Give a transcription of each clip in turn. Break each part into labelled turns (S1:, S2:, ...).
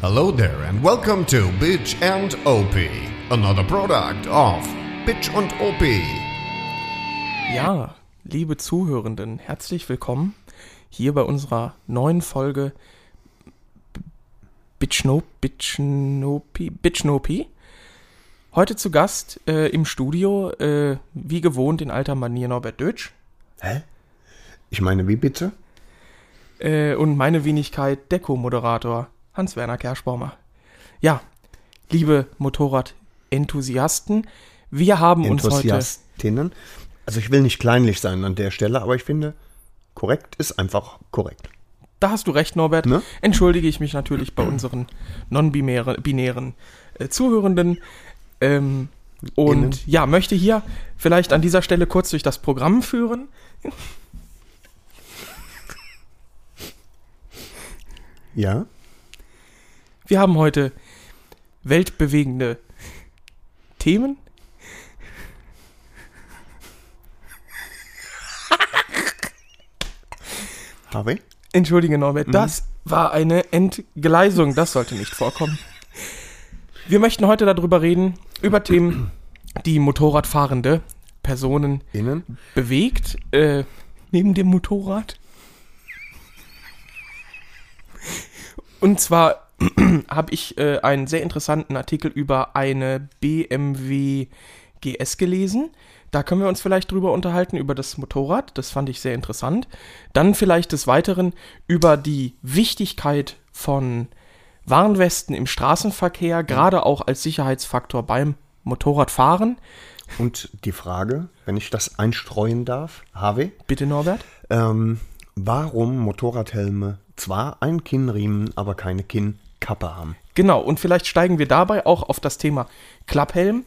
S1: Hello there and welcome to Bitch and OP, another product of Bitch und OP.
S2: Ja, liebe Zuhörenden, herzlich willkommen hier bei unserer neuen Folge B- Bitchno, Bitchnopi, Bitchnopi. Heute zu Gast äh, im Studio, äh, wie gewohnt in alter Manier Norbert Dötsch
S3: Hä? Ich meine, wie bitte?
S2: äh, und meine Wenigkeit Deko-Moderator Hans-Werner Kerschbaumer. Ja, liebe Motorrad-Enthusiasten, wir haben uns heute...
S3: Enthusiastinnen. Also ich will nicht kleinlich sein an der Stelle, aber ich finde, korrekt ist einfach korrekt.
S2: Da hast du recht, Norbert.
S3: Ne?
S2: Entschuldige ich mich natürlich bei unseren non-binären binären, äh, Zuhörenden. Ähm, und
S3: Innen.
S2: ja, möchte hier vielleicht an dieser Stelle kurz durch das Programm führen.
S3: Ja?
S2: Wir haben heute weltbewegende Themen.
S3: Harvey?
S2: Entschuldige,
S3: Mhm.
S2: Norbert, das war eine Entgleisung. Das sollte nicht vorkommen. Wir möchten heute darüber reden, über Themen, die Motorradfahrende Personen
S3: Innen?
S2: bewegt, äh, neben dem Motorrad. Und zwar habe ich äh, einen sehr interessanten Artikel über eine BMW GS gelesen. Da können wir uns vielleicht drüber unterhalten, über das Motorrad. Das fand ich sehr interessant. Dann vielleicht des Weiteren über die Wichtigkeit von Warnwesten im Straßenverkehr, gerade auch als Sicherheitsfaktor beim Motorradfahren.
S3: Und die Frage, wenn ich das einstreuen darf, Harvey,
S2: Bitte, Norbert.
S3: ähm, warum Motorradhelme zwar ein Kinnriemen, aber keine Kinnkappe haben?
S2: Genau, und vielleicht steigen wir dabei auch auf das Thema Klapphelm,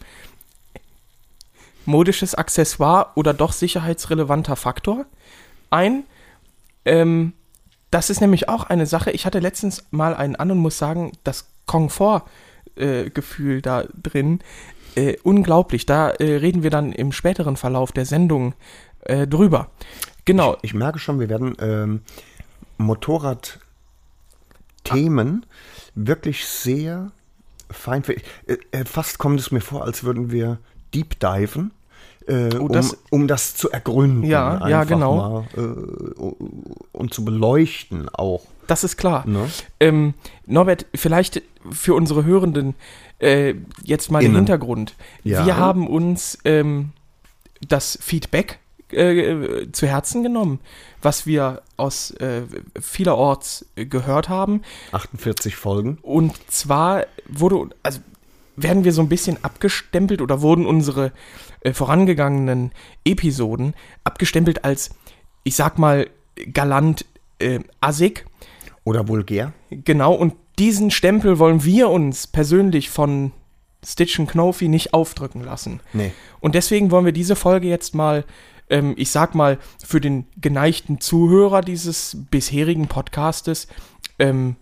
S2: modisches Accessoire oder doch sicherheitsrelevanter Faktor ein. Ähm, das ist nämlich auch eine Sache. Ich hatte letztens mal einen an und muss sagen, das Komfort-Gefühl da drin, äh, unglaublich. Da äh, reden wir dann im späteren Verlauf der Sendung äh, drüber. Genau,
S3: Ich merke schon, wir werden ähm, Motorrad-Themen wirklich sehr fein. Äh, äh, fast kommt es mir vor, als würden wir deep diven. Äh,
S2: Oh,
S3: um,
S2: das-
S3: das, um das zu ergründen.
S2: Ja, ja,
S3: einfach
S2: genau.
S3: Mal, äh, und zu beleuchten auch.
S2: das ist klar.
S3: Ne?
S2: Ähm, Norbert, vielleicht für unsere Hörenden äh, jetzt mal den
S3: Innen.
S2: Hintergrund.
S3: Ja.
S2: Wir haben uns ähm, das Feedback äh, zu Herzen genommen, was wir aus äh, vielerorts äh, gehört haben.
S3: 48 Folgen.
S2: Und zwar wurde, also werden wir so ein bisschen abgestempelt oder wurden unsere äh, vorangegangenen Episoden abgestempelt als, ich sag mal, galant äh, assig.
S3: Oder vulgär.
S2: Genau, und diesen Stempel wollen wir uns persönlich von Stitch und Knofi nicht aufdrücken lassen.
S3: Nee.
S2: Und deswegen wollen wir diese Folge jetzt mal, ähm, ich sag mal, für den geneigten Zuhörer dieses bisherigen Podcastes ähm,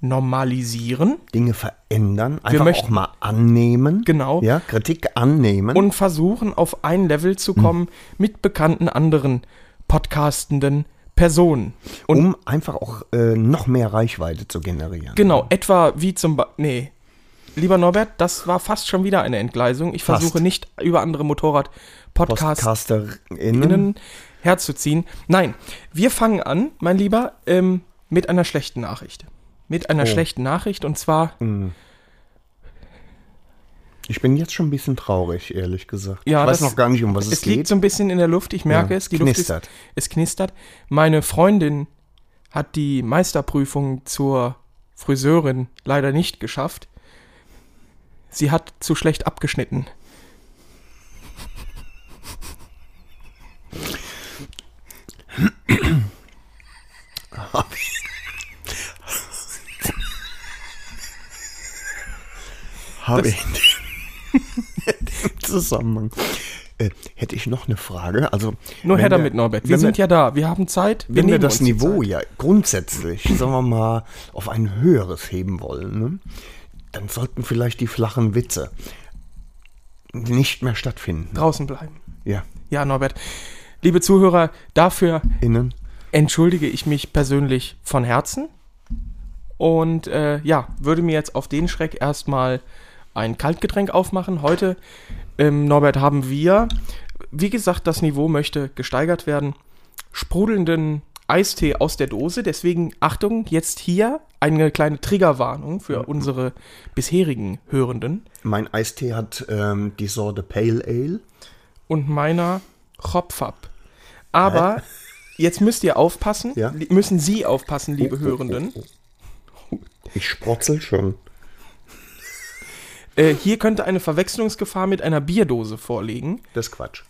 S2: normalisieren.
S3: Dinge verändern, einfach auch
S2: möchten-
S3: mal annehmen.
S2: Genau.
S3: Ja, Kritik annehmen.
S2: und versuchen auf ein Level zu kommen mit bekannten anderen podcastenden Personen. Und
S3: um einfach auch äh, noch mehr Reichweite zu generieren.
S2: genau, etwa wie zum Beispiel. Nee. Lieber Norbert, das war fast schon wieder eine Entgleisung. Ich
S3: Fast.
S2: versuche nicht über andere Motorrad-Podcasts
S3: PodcasterInnen.
S2: herzuziehen. Nein, wir fangen an, mein Lieber, ähm, mit einer schlechten Nachricht. Mit einer
S3: Oh.
S2: schlechten Nachricht und zwar,
S3: Ich bin jetzt schon ein bisschen traurig, ehrlich gesagt.
S2: Ja,
S3: ich weiß
S2: das-
S3: noch gar nicht, um was
S2: es,
S3: es,
S2: liegt
S3: geht.
S2: so ein bisschen in der Luft, ich merke
S3: Ja,
S2: es, die Luft ist,
S3: knistert.
S2: es knistert. Meine Freundin hat die Meisterprüfung zur Friseurin leider nicht geschafft. Sie hat zu schlecht abgeschnitten.
S3: Habe ich im Zusammenhang. Äh, hätte ich noch eine Frage? Also,
S2: Nur
S3: wenn
S2: her
S3: wir-
S2: damit, Norbert. Wir
S3: wenn
S2: sind
S3: wir,
S2: ja da. Wir haben Zeit.
S3: Wenn wir
S2: nehmen
S3: das
S2: uns die
S3: Niveau
S2: Zeit.
S3: ja grundsätzlich, sagen wir mal, auf ein höheres heben wollen, ne, dann sollten vielleicht die flachen Witze nicht mehr stattfinden.
S2: draußen bleiben.
S3: Ja,
S2: Ja, Norbert. Liebe Zuhörer, dafür
S3: innen.
S2: entschuldige ich mich persönlich von Herzen. Und äh, ja, würde mir jetzt auf den Schreck erstmal ein Kaltgetränk aufmachen. Heute, ähm, Norbert, haben wir, wie gesagt, das Niveau möchte gesteigert werden. Sprudelnden Eistee aus der Dose. Deswegen Achtung, jetzt hier eine kleine Triggerwarnung für unsere bisherigen Hörenden.
S3: Mein Eistee hat ähm, die Sorte Pale Ale.
S2: und meiner Chopfab. Aber jetzt müsst ihr aufpassen,
S3: Ja.
S2: li- müssen Sie aufpassen, liebe
S3: Oh, oh, oh,
S2: Hörenden.
S3: oh. Ich sprotzel schon. oh.
S2: Äh, hier könnte eine Verwechslungsgefahr mit einer Bierdose vorliegen.
S3: Das ist Quatsch.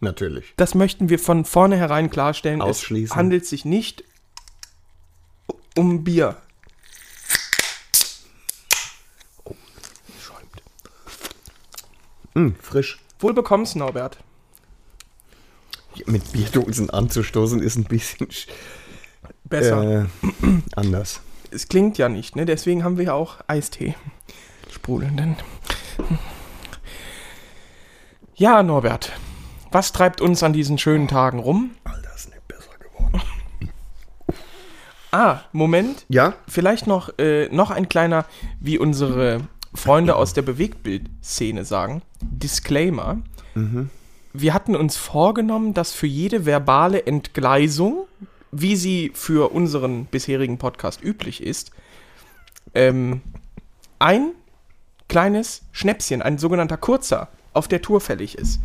S3: Natürlich.
S2: Das möchten wir von vornherein klarstellen. Es
S3: Ausschließen.
S2: handelt sich nicht um Bier. Oh, schäumt.
S3: Hm, frisch.
S2: Wohl bekommst, Norbert.
S3: Mit Bierdosen anzustoßen ist ein bisschen sch-
S2: Besser.
S3: äh, anders.
S2: Es klingt ja nicht, ne? Deswegen haben wir ja auch Eistee. Sprudelnden. Ja, Norbert. Was treibt uns an diesen schönen Tagen rum?
S3: Alter, ist nicht besser geworden.
S2: Ah, Moment.
S3: Ja?
S2: Vielleicht noch, äh, noch ein kleiner, wie unsere Freunde aus der Bewegtbildszene sagen, Disclaimer. Wir hatten uns vorgenommen, dass für jede verbale Entgleisung, wie sie für unseren bisherigen Podcast üblich ist, ähm, ein kleines Schnäpschen, ein sogenannter kurzer, auf der Tour fällig ist.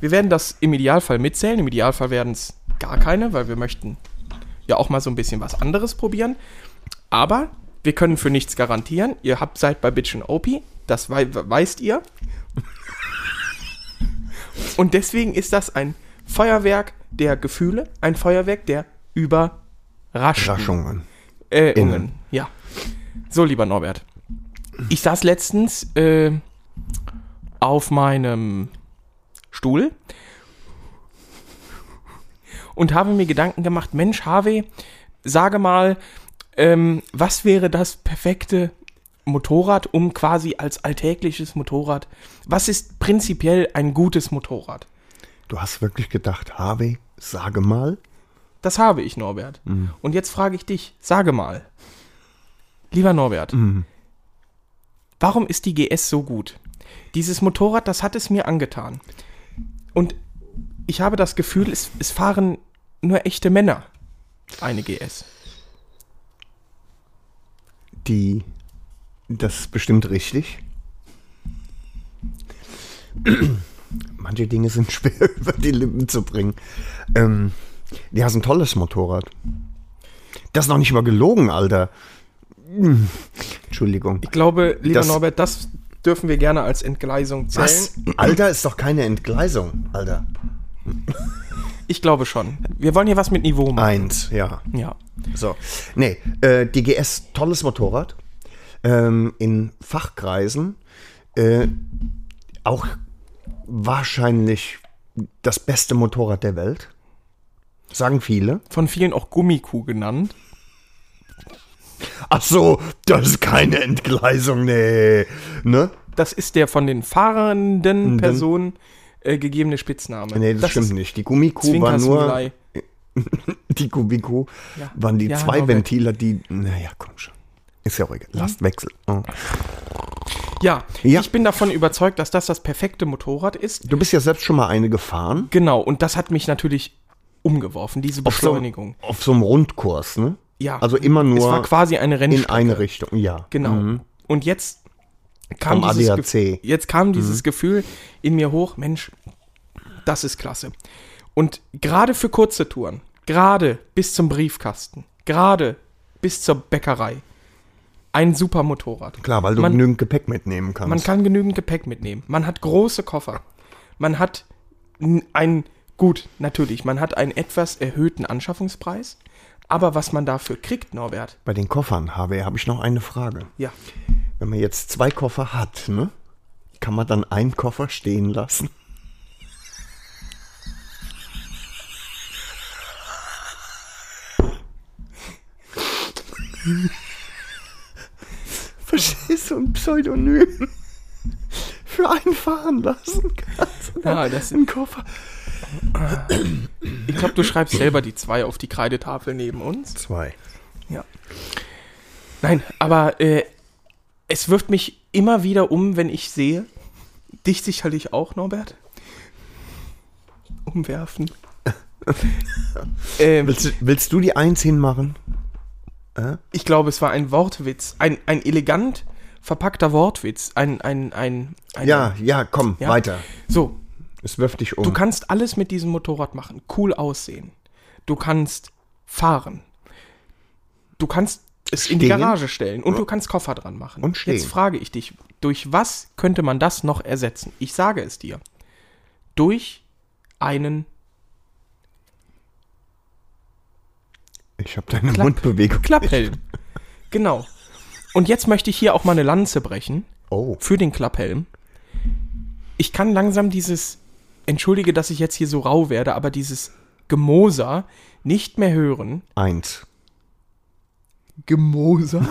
S2: Wir werden das im Idealfall mitzählen, im Idealfall werden es gar keine, weil wir möchten ja auch mal so ein bisschen was anderes probieren. Aber wir können für nichts garantieren. Ihr habt seid bei Bitch und Opie, das wei weißt ihr. Und deswegen ist das ein Feuerwerk der Gefühle, ein Feuerwerk der Überraschungen.
S3: Raschungen.
S2: Äh,
S3: Innen.
S2: Ungen, ja. So, lieber Norbert. Ich saß letztens äh, auf meinem Stuhl und habe mir Gedanken gemacht, Mensch, Harvey, sage mal, ähm, was wäre das perfekte Motorrad, um quasi als alltägliches Motorrad, was ist prinzipiell ein gutes Motorrad?
S3: Du hast wirklich gedacht, Harvey, sage mal.
S2: Das habe ich, Norbert.
S3: Mhm.
S2: Und jetzt frage ich dich, sage mal, lieber Norbert,
S3: Mhm.
S2: warum ist die GS so gut? Dieses Motorrad, das hat es mir angetan. Und ich habe das Gefühl, es, es fahren nur echte Männer eine GS.
S3: Die. Das ist bestimmt richtig. Manche Dinge sind schwer über die Lippen zu bringen. Ähm, ja, ist ein tolles Motorrad. Das ist noch nicht mal gelogen, Alter. Hm. Entschuldigung.
S2: Ich glaube, lieber
S3: Das-
S2: Norbert, das dürfen wir gerne als Entgleisung zählen.
S3: Was? Alter ist doch keine Entgleisung, Alter.
S2: Ich glaube schon. Wir wollen hier was mit Niveau machen.
S3: Eins, ja.
S2: Ja.
S3: So. Nee, äh, die GS, tolles Motorrad. Ähm, in Fachkreisen äh, auch wahrscheinlich das beste Motorrad der Welt. Sagen viele.
S2: Von vielen auch Gummikuh genannt.
S3: Ach so, das ist keine Entgleisung, nee. Ne?
S2: Das ist der von den fahrenden Personen äh, gegebene Spitzname.
S3: Mhm. Nee, das,
S2: ist
S3: stimmt nicht. Die Gummikuh war nur.
S2: Zwinkersmulei.
S3: Die Gummikuh
S2: Ja.
S3: waren die
S2: Ja,
S3: zwei
S2: Norbert.
S3: Ventiler, die. Naja, komm schon. Ist ja auch egal. Lastwechsel. Oh.
S2: Ja,
S3: Ja.
S2: ich bin davon überzeugt, dass das das perfekte Motorrad ist.
S3: Du bist ja selbst schon mal eine gefahren.
S2: Genau, und das hat mich natürlich umgeworfen, diese Beschleunigung.
S3: Auf so, auf so einem Rundkurs, ne?
S2: Ja,
S3: Also immer nur
S2: es war quasi eine
S3: in
S2: Rennstrecke.
S3: eine Richtung, ja.
S2: Genau. Und jetzt kam,
S3: Vom
S2: dieses
S3: ADAC.
S2: Gef- jetzt kam dieses Gefühl in mir hoch, Mensch, das ist klasse. Und gerade für kurze Touren, gerade bis zum Briefkasten, gerade bis zur Bäckerei, ein super Motorrad.
S3: Klar, weil du
S2: Man-
S3: genügend Gepäck mitnehmen kannst.
S2: Man kann genügend Gepäck mitnehmen. Man hat große Koffer. Man hat n- ein, gut, natürlich, man hat einen etwas erhöhten Anschaffungspreis. Aber was man dafür kriegt, Norbert,
S3: Bei den Koffern, HW, habe ich noch eine Frage.
S2: ja.
S3: Wenn man jetzt zwei Koffer hat, ne? Kann man dann einen Koffer stehen lassen? Verstehst du, ein Pseudonym für einen fahren lassen kannst. Und dann
S2: Ja, das-
S3: einen Koffer.
S2: Ich glaube, du schreibst selber die zwei auf die Kreidetafel neben uns.
S3: Zwei.
S2: Ja. Nein, aber äh, es wirft mich immer wieder um, wenn ich sehe. Dich sicherlich auch, Norbert. Umwerfen. ähm,
S3: Willst, du- willst du die Eins hinmachen?
S2: ich glaube, es war ein Wortwitz. Ein, ein elegant verpackter Wortwitz. Ein, ein, ein, ein
S3: Ja, ja, komm,
S2: Ja.
S3: weiter.
S2: So,
S3: Es wirft dich um.
S2: Du kannst alles mit diesem Motorrad machen. Cool aussehen. Du kannst fahren. Du kannst es in die
S3: Stehen.
S2: Garage stellen und du kannst Koffer dran machen.
S3: Und stehen.
S2: Jetzt frage ich dich, durch was könnte man das noch ersetzen? Ich sage es dir. Durch einen
S3: ich habe deine
S2: Klapp-
S3: Mundbewegung.
S2: Klapphelm. genau. Und jetzt möchte ich hier auch mal eine Lanze brechen
S3: Oh.
S2: für den Klapphelm. Ich kann langsam dieses, entschuldige, dass ich jetzt hier so rau werde, aber dieses Gemoser nicht mehr hören.
S3: Eins.
S2: Gemoser?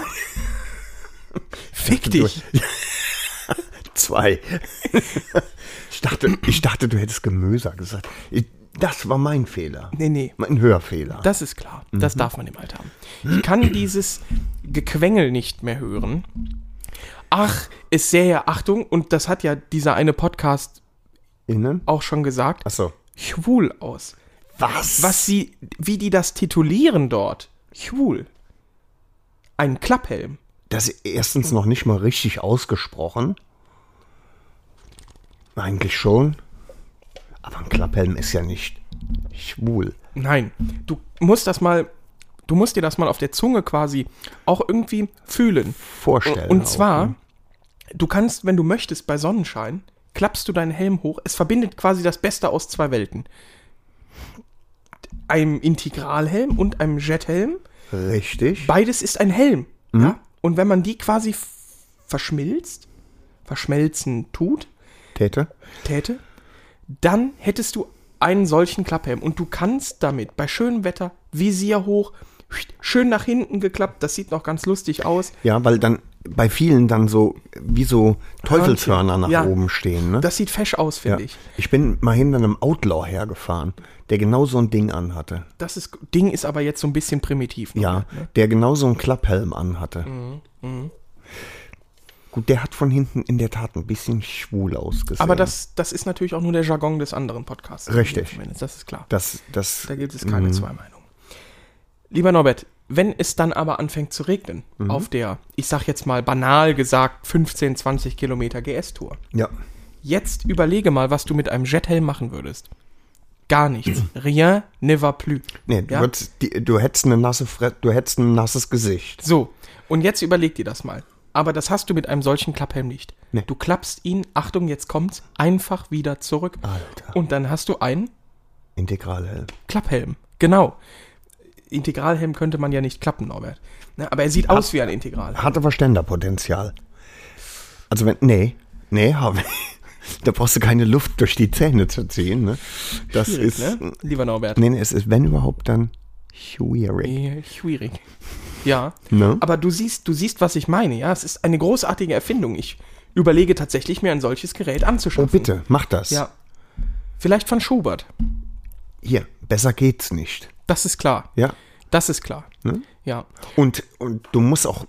S2: Fick dich.
S3: Zwei. ich, dachte, ich dachte, du hättest Gemöser gesagt. Ich, das war mein Fehler.
S2: Nee, nee.
S3: Mein Hörfehler.
S2: Das ist klar. Das darf man im Alter haben. Ich kann dieses Gequengel nicht mehr hören. Ach, es sähe, Achtung, und das hat ja dieser eine Podcast
S3: Innen?
S2: auch schon gesagt,
S3: Achso.
S2: schwul aus.
S3: Was?
S2: Was sie, wie die das titulieren dort. Schwul. Ein Klapphelm.
S3: Das ist erstens noch nicht mal richtig ausgesprochen. Eigentlich schon. Aber ein Klapphelm ist ja nicht schwul.
S2: Nein, du musst das mal, du musst dir das mal auf der Zunge quasi auch irgendwie fühlen.
S3: Vorstellen.
S2: Und
S3: auch,
S2: zwar,
S3: ne?
S2: du kannst, wenn du möchtest, bei Sonnenschein, klappst du deinen Helm hoch. Es verbindet quasi das Beste aus zwei Welten. Einem Integralhelm und einem Jethelm.
S3: Richtig. Hm?
S2: Beides ist ein Helm. Ja? Und wenn man die quasi f- verschmilzt, verschmelzen tut,
S3: Täte.
S2: täte, dann hättest du einen solchen Klapphelm. Und du kannst damit bei schönem Wetter, Visier hoch, schön nach hinten geklappt, das sieht noch ganz lustig aus.
S3: Ja, weil dann bei vielen dann so wie so Teufelshörner nach
S2: Ja.
S3: oben stehen. Ne?
S2: Das sieht fesch aus,
S3: ja.
S2: finde ich.
S3: ich bin mal hinter einem Outlaw hergefahren, der genau so ein Ding anhatte.
S2: Das ist, Ding ist aber jetzt so ein bisschen primitiv. noch,
S3: Ja,
S2: ne? Mhm,
S3: der genau so einen Klapphelm anhatte. Gut, der hat von hinten in der Tat ein bisschen schwul ausgesehen.
S2: Aber das, das ist natürlich auch nur der Jargon des anderen Podcasts.
S3: Richtig.
S2: Zumindest, Das ist klar.
S3: Das, mhm. das,
S2: da gibt es keine zwei Meinungen. Lieber Norbert, wenn es dann aber anfängt zu regnen,
S3: Mhm.
S2: auf der, ich sag jetzt mal banal gesagt, 15, 20 Kilometer GS-Tour,
S3: ja.
S2: jetzt überlege mal, was du mit einem Jethelm machen würdest. Gar nichts. Rien ne va plus.
S3: Nee, du,
S2: Ja?
S3: würdest die, du hättest eine nasse Fre du hättest ein nasses Gesicht.
S2: So, und jetzt überleg dir das mal. Aber das hast du mit einem solchen Klapphelm nicht.
S3: Nee.
S2: Du klappst ihn, Achtung, jetzt kommt's, einfach wieder zurück.
S3: Alter.
S2: Und dann hast du einen
S3: Integralhelm.
S2: Klapphelm. Genau. Integralhelm könnte man ja nicht klappen, Norbert. Na, aber er sieht aus wie ein Integral.
S3: Hat aber Ständerpotenzial. Also wenn, nee, nee, hab, da brauchst du keine Luft durch die Zähne zu ziehen, ne? Das ist,
S2: ne? Lieber Norbert.
S3: nee, nee, es ist, wenn überhaupt, dann schwierig.
S2: Eh, Schwierig. Ja.
S3: Ne?
S2: Aber du siehst, du siehst, was ich meine, ja. Es ist eine großartige Erfindung. Ich überlege tatsächlich, mir ein solches Gerät
S3: Oh,
S2: anzuschaffen.
S3: bitte, mach das.
S2: Ja. Vielleicht von Schubert.
S3: Hier, besser geht's nicht.
S2: Das ist klar.
S3: Ja.
S2: Das ist klar.
S3: Ne?
S2: Ja.
S3: Und, und du musst auch,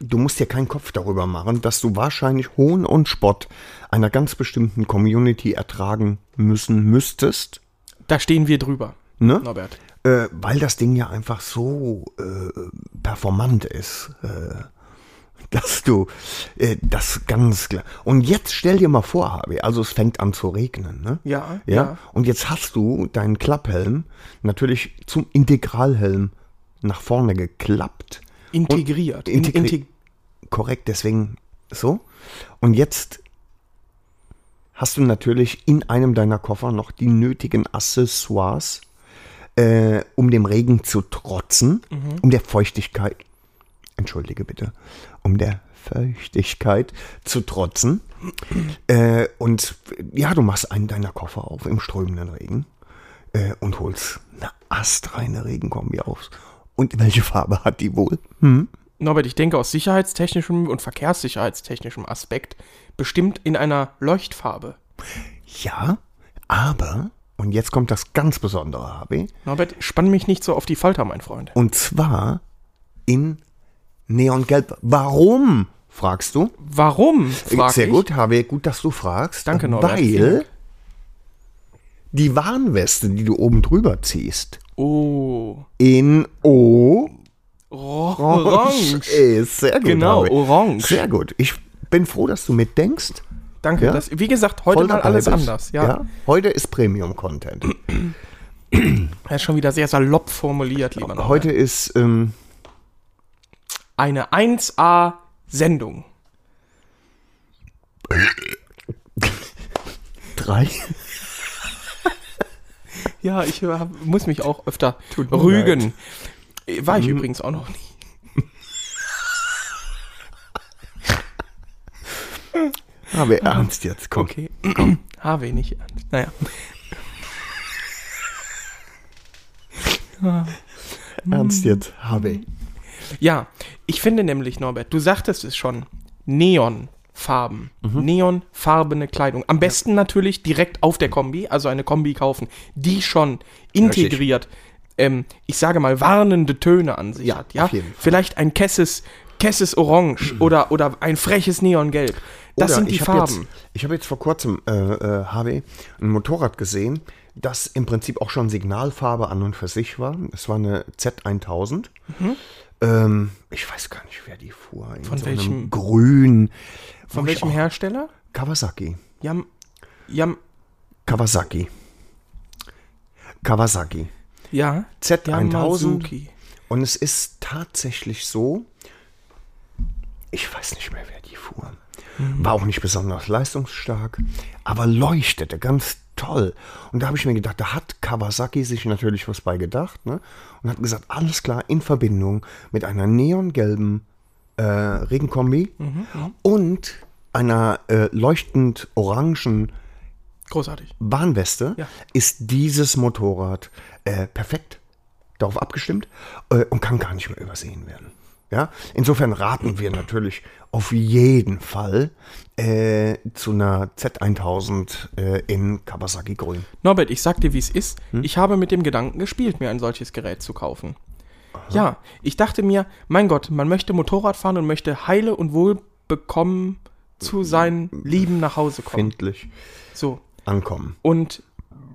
S3: du musst dir keinen Kopf darüber machen, dass du wahrscheinlich Hohn und Spott einer ganz bestimmten Community ertragen müssen müsstest,
S2: Da stehen wir drüber,
S3: ne?
S2: Norbert.
S3: Äh, weil das Ding ja einfach so äh, performant ist, äh, dass du äh, das ganz klar. Und jetzt stell dir mal vor, Harvey, also es fängt an zu regnen, ne?
S2: Ja,
S3: Ja.
S2: ja.
S3: Und jetzt hast du deinen Klapphelm natürlich zum Integralhelm nach vorne geklappt.
S2: Integriert.
S3: Und integri-
S2: Integ-
S3: korrekt, deswegen so. Und jetzt hast du natürlich in einem deiner Koffer noch die nötigen Accessoires, äh, um dem Regen zu trotzen, um der Feuchtigkeit, entschuldige bitte, um der Feuchtigkeit zu trotzen. äh, und ja, du machst einen deiner Koffer auf im strömenden Regen äh, und holst eine astreine Regenkombi auf. Und welche Farbe hat die wohl?
S2: Norbert, ich denke aus sicherheitstechnischem und verkehrssicherheitstechnischem Aspekt bestimmt in einer Leuchtfarbe.
S3: Ja, aber, und jetzt kommt das ganz Besondere, HB,
S2: Norbert, spann mich nicht so auf die Folter, mein Freund.
S3: und zwar in neongelb. Warum? Fragst du?
S2: Warum? frag
S3: Sehr
S2: ich.
S3: gut, HW, gut, dass du fragst.
S2: Danke, Norbert, vielen
S3: Weil
S2: Dank.
S3: die Warnweste, die du oben drüber ziehst,
S2: Oh.
S3: in Orange
S2: Orange.
S3: ist. Sehr gut.
S2: Genau,
S3: HW.
S2: orange.
S3: Sehr gut. Ich bin froh, dass du mitdenkst.
S2: Danke.
S3: Ja.
S2: Das, wie gesagt, heute
S3: Voll
S2: mal
S3: dabei
S2: alles
S3: bist.
S2: anders. Ja. ja.
S3: Heute ist Premium-Content.
S2: Er ist schon wieder sehr salopp formuliert, lieber Norbert.
S3: Heute ist, ähm,
S2: Eine 1A-Sendung.
S3: drei.
S2: Ja, ich äh, hab, muss mich auch öfter
S3: mir
S2: rügen. War
S3: Mhm.
S2: ich übrigens auch noch nie.
S3: Aber ernst jetzt, komm.
S2: Ah. Okay. HW nicht ernst. Naja. Mm.
S3: Ernst jetzt, HW.
S2: Ja, ich finde nämlich, Norbert, du sagtest es schon, Neonfarben,
S3: Mhm.
S2: neonfarbene Kleidung. Am besten natürlich direkt auf der Kombi, also eine Kombi kaufen, die schon integriert, ähm, ich sage mal, warnende Töne an sich
S3: Ja,
S2: hat. Ja,
S3: auf jeden Fall.
S2: vielleicht ein kesses, kesses Orange oder, oder ein freches Neongelb. Das
S3: Oder
S2: sind die
S3: ich hab
S2: Farben.
S3: Jetzt, ich habe jetzt vor kurzem, äh, äh, HW, ein Motorrad gesehen, das im Prinzip auch schon Signalfarbe an und für sich war. Es war eine Z1000. Ähm, ich weiß gar nicht, wer die fuhr. In
S2: Mhm. Von
S3: so einem
S2: welchem-
S3: Grün.
S2: Von
S3: Wo ich
S2: welchem
S3: auch-
S2: Hersteller?
S3: Kawasaki.
S2: Yam, Yam,
S3: Kawasaki. Kawasaki.
S2: ja,
S3: Z1000.
S2: Yamazuki.
S3: Und es ist tatsächlich so, ich weiß nicht mehr, wer die fuhr. War auch nicht besonders leistungsstark, aber leuchtete ganz toll. Und da habe ich mir gedacht, da hat Kawasaki sich natürlich was bei gedacht ne? und hat gesagt, alles klar, in Verbindung mit einer neongelben äh, Regenkombi und einer äh, leuchtend orangen
S2: Großartig.
S3: Warnweste
S2: Ja.
S3: ist dieses Motorrad äh, perfekt darauf abgestimmt äh, und kann gar nicht mehr übersehen werden. Ja? Insofern raten wir natürlich auf jeden Fall äh, zu einer Z1000 äh, in Kawasaki Grün.
S2: Norbert, ich sag dir, wie es ist. Ich habe mit dem Gedanken gespielt, mir ein solches Gerät zu kaufen. Ja, ich dachte mir, mein Gott, man möchte Motorrad fahren und möchte heile und wohlbekommen zu seinen Lieben nach Hause kommen.
S3: Endlich
S2: So.
S3: ankommen.
S2: Und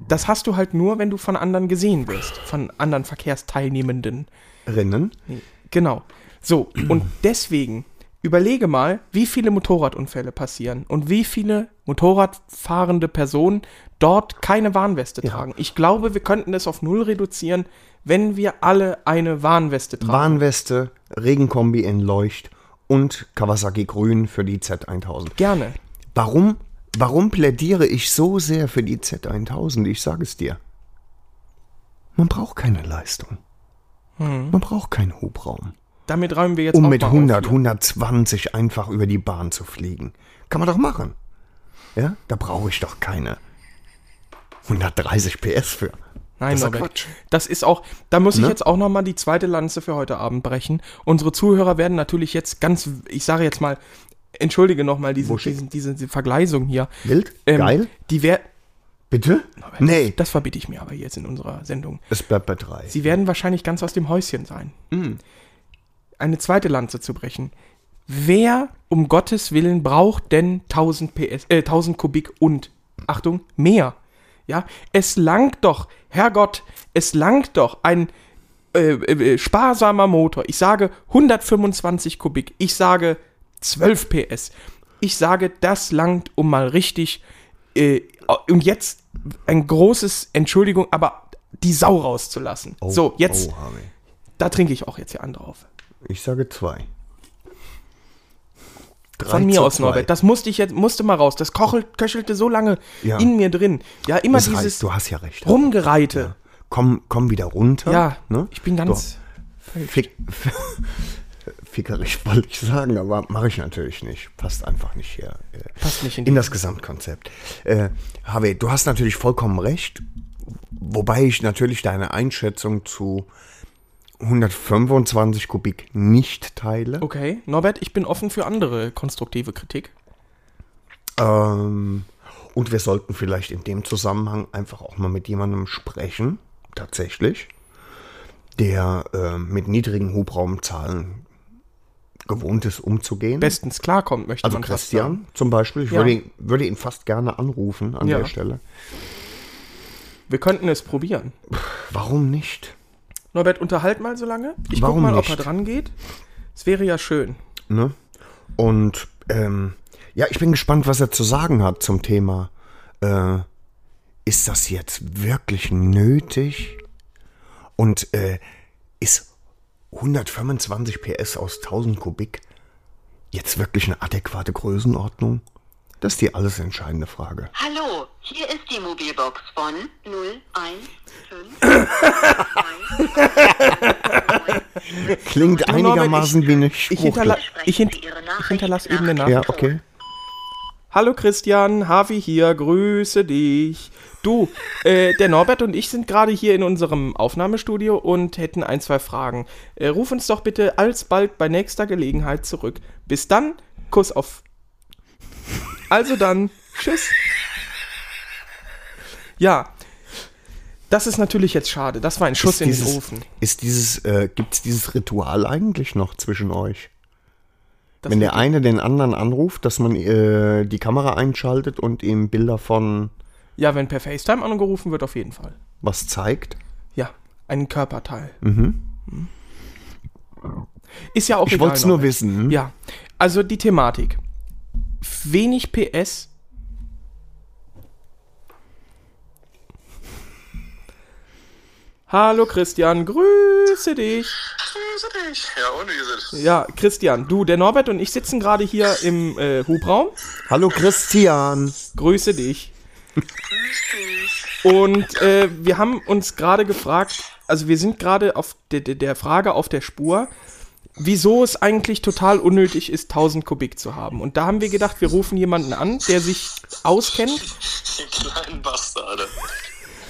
S2: das hast du halt nur, wenn du von anderen gesehen wirst, von anderen Verkehrsteilnehmenden.
S3: Rinnen.
S2: Genau. So, und deswegen überlege mal, wie viele Motorradunfälle passieren und wie viele Motorradfahrende Personen dort keine Warnweste tragen. Ich glaube, wir könnten es auf null reduzieren, wenn wir alle eine Warnweste tragen.
S3: Warnweste, Regenkombi in Leucht und Kawasaki Grün für die Z1000.
S2: Gerne.
S3: Warum, warum plädiere ich so sehr für die Z1000? Ich sage es dir. Man braucht keine Leistung.
S2: Hm.
S3: Man braucht keinen Hubraum.
S2: Damit räumen wir jetzt
S3: Um
S2: auch
S3: mit
S2: mal
S3: 100,
S2: auf. hier.
S3: 120 einfach über die Bahn zu fliegen. Kann man doch machen. Ja, da brauche ich doch keine 130 PS für.
S2: Nein,
S3: Das ist ja
S2: Norbert.
S3: Quatsch.
S2: Das ist auch, da muss ich
S3: Ne?
S2: jetzt auch nochmal die zweite Lanze für heute Abend brechen. Unsere Zuhörer werden natürlich jetzt ganz, ich sage jetzt mal, entschuldige nochmal diese,
S3: Wuschig.
S2: diesen, diese, diese Vergleisung hier.
S3: Wild?
S2: Ähm,
S3: Geil?
S2: Die werden,
S3: Bitte? Nee,
S2: Das verbiete ich mir aber jetzt in unserer Sendung.
S3: es bleibt bei drei.
S2: Sie werden wahrscheinlich ganz aus dem Häuschen sein. Eine zweite Lanze zu brechen. Wer um Gottes Willen braucht denn 1000 PS, äh, 1000 Kubik und Achtung mehr? Ja, es langt doch, Herrgott, es langt doch ein äh, äh, sparsamer Motor. Ich sage 125 Kubik. Ich sage 12 PS. Ich sage, das langt, um mal richtig. Äh, und jetzt ein großes Entschuldigung, aber die Sau rauszulassen. so, jetzt,
S3: Oh, Harvey.
S2: da trinke ich auch jetzt hier an drauf.
S3: Ich sage zwei. Drei
S2: Von
S3: zu
S2: mir aus,
S3: zwei.
S2: Norbert. Das musste ich jetzt, musste mal raus. Das kochelt, köchelte so lange
S3: Ja.
S2: in mir drin. Ja, immer
S3: Das
S2: dieses
S3: heißt, du hast ja recht.
S2: Rumgereite.
S3: Komm, komm wieder runter.
S2: Ja,
S3: ne?
S2: ich bin ganz.
S3: Fick, fickerig wollte ich sagen, aber mache ich natürlich nicht. Passt einfach nicht hier. äh,
S2: Passt nicht in die-
S3: in das Gesamtkonzept. Äh, HW, du hast natürlich vollkommen recht, wobei ich natürlich deine Einschätzung zu 125 Kubik nicht teile.
S2: Okay, Norbert, ich bin offen für andere konstruktive Kritik.
S3: Ähm, und wir sollten vielleicht in dem Zusammenhang einfach auch mal mit jemandem sprechen, tatsächlich, der äh, mit niedrigen ähm, Hubraumzahlen Gewohntes umzugehen.
S2: bestens klarkommt, möchte
S3: also
S2: man fast sagen.
S3: Christian zum Beispiel, ich
S2: Ja.
S3: würde, ihn, würde ihn fast gerne anrufen an
S2: Ja.
S3: der Stelle.
S2: Wir könnten es probieren.
S3: Warum nicht?
S2: Norbert, unterhalt mal so lange. Ich guck
S3: Warum
S2: mal, ob
S3: nicht?
S2: er dran geht. Es wäre ja schön.
S3: Ne? Und ähm, ja, ich bin gespannt, was er zu sagen hat zum Thema. Äh, ist das jetzt wirklich nötig? Und äh, ist 125 PS aus 1000 Kubik jetzt wirklich eine adäquate Größenordnung? Das ist die alles entscheidende Frage.
S4: Hallo, hier ist die Mobilbox von 015.
S3: Klingt einigermaßen wie eine
S2: Ich, hinterla
S3: Spruchle.
S2: ich, hin
S4: Sie Ihre
S2: ich
S4: Nachricht
S2: hinterlasse
S4: nach
S2: eben eine
S4: dem
S2: Nachricht.
S3: Ja, okay.
S2: Hallo Christian, Harvey hier, grüße dich. Du, äh, der Norbert und ich sind gerade hier in unserem Aufnahmestudio und hätten ein, zwei Fragen. Äh, ruf uns doch bitte alsbald bei nächster Gelegenheit zurück. Bis dann, Kuss auf. Also dann, tschüss. Ja, das ist natürlich jetzt schade. Das war ein Schuss
S3: Ist
S2: in
S3: dieses-
S2: den Ofen.
S3: Ist dieses, äh, gibt's dieses Ritual eigentlich noch zwischen euch?
S2: Das
S3: Wenn der eine den anderen anruft, dass man äh, die Kamera einschaltet und ihm Bilder von
S2: ja, wenn per FaceTime angerufen wird, auf jeden Fall.
S3: was zeigt.
S2: Ja, einen Körperteil. Mhm. Ist ja auch
S3: Ich
S2: egal,
S3: wollte es nur
S2: Norbert.
S3: wissen.
S2: Ja, also die Thematik. Wenig PS. Hallo Christian, grüße dich.
S5: Grüße dich. Ja, und wie ist es?
S2: Ja, Christian, du, der Norbert und ich sitzen gerade hier im äh, Hubraum.
S3: Hallo Christian.
S2: Grüße dich. Und äh, wir haben uns gerade gefragt, also wir sind gerade auf de, de, der Frage auf der Spur, wieso es eigentlich total unnötig ist, 1000 Kubik zu haben. Und da haben wir gedacht, wir rufen jemanden an, der sich auskennt,
S5: Die kleinen Bastarde.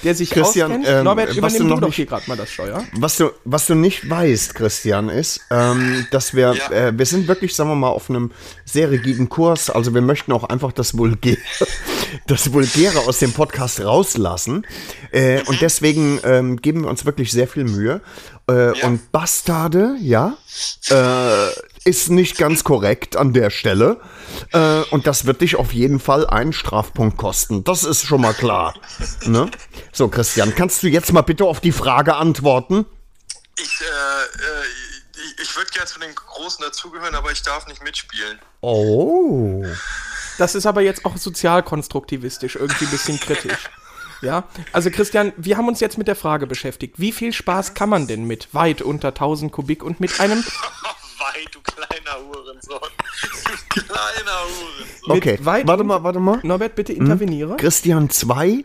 S2: der sich
S3: Christian,
S2: auskennt.
S3: ähm,
S2: Norbert,
S3: was
S2: übernimm
S3: du
S2: du
S3: noch
S2: doch
S3: nicht-
S2: hier gerade mal das Steuer.
S3: Was du, was du nicht weißt, Christian, ist, ähm, dass wir,
S5: Ja.
S3: äh, wir sind wirklich, sagen wir mal, auf einem sehr rigiden Kurs. Also wir möchten auch einfach das Vulgäre, das Vulgäre aus dem Podcast rauslassen. Äh, und deswegen ähm, geben wir uns wirklich sehr viel Mühe. Äh, Und Bastarde, ja, äh, ist nicht ganz korrekt an der Stelle. Äh, und das wird dich auf jeden Fall einen Strafpunkt kosten. Das ist schon mal klar. Ne? So, Christian, kannst du jetzt mal bitte auf die Frage antworten?
S5: Ich, äh, äh, ich, ich würde gerne zu den Großen dazugehören, aber ich darf nicht mitspielen.
S3: Oh.
S2: Das ist aber jetzt auch sozialkonstruktivistisch, irgendwie ein bisschen kritisch. Ja, also Christian, wir haben uns jetzt mit der Frage beschäftigt, wie viel Spaß kann man denn mit weit unter 1000 Kubik und mit einem
S5: Wei, du kleiner Hurensohn. Du kleiner Hurensohn.
S3: Okay,
S2: weit unter-
S3: warte mal, warte mal.
S2: Norbert, bitte
S3: Hm?
S2: interveniere.
S3: Christian 2,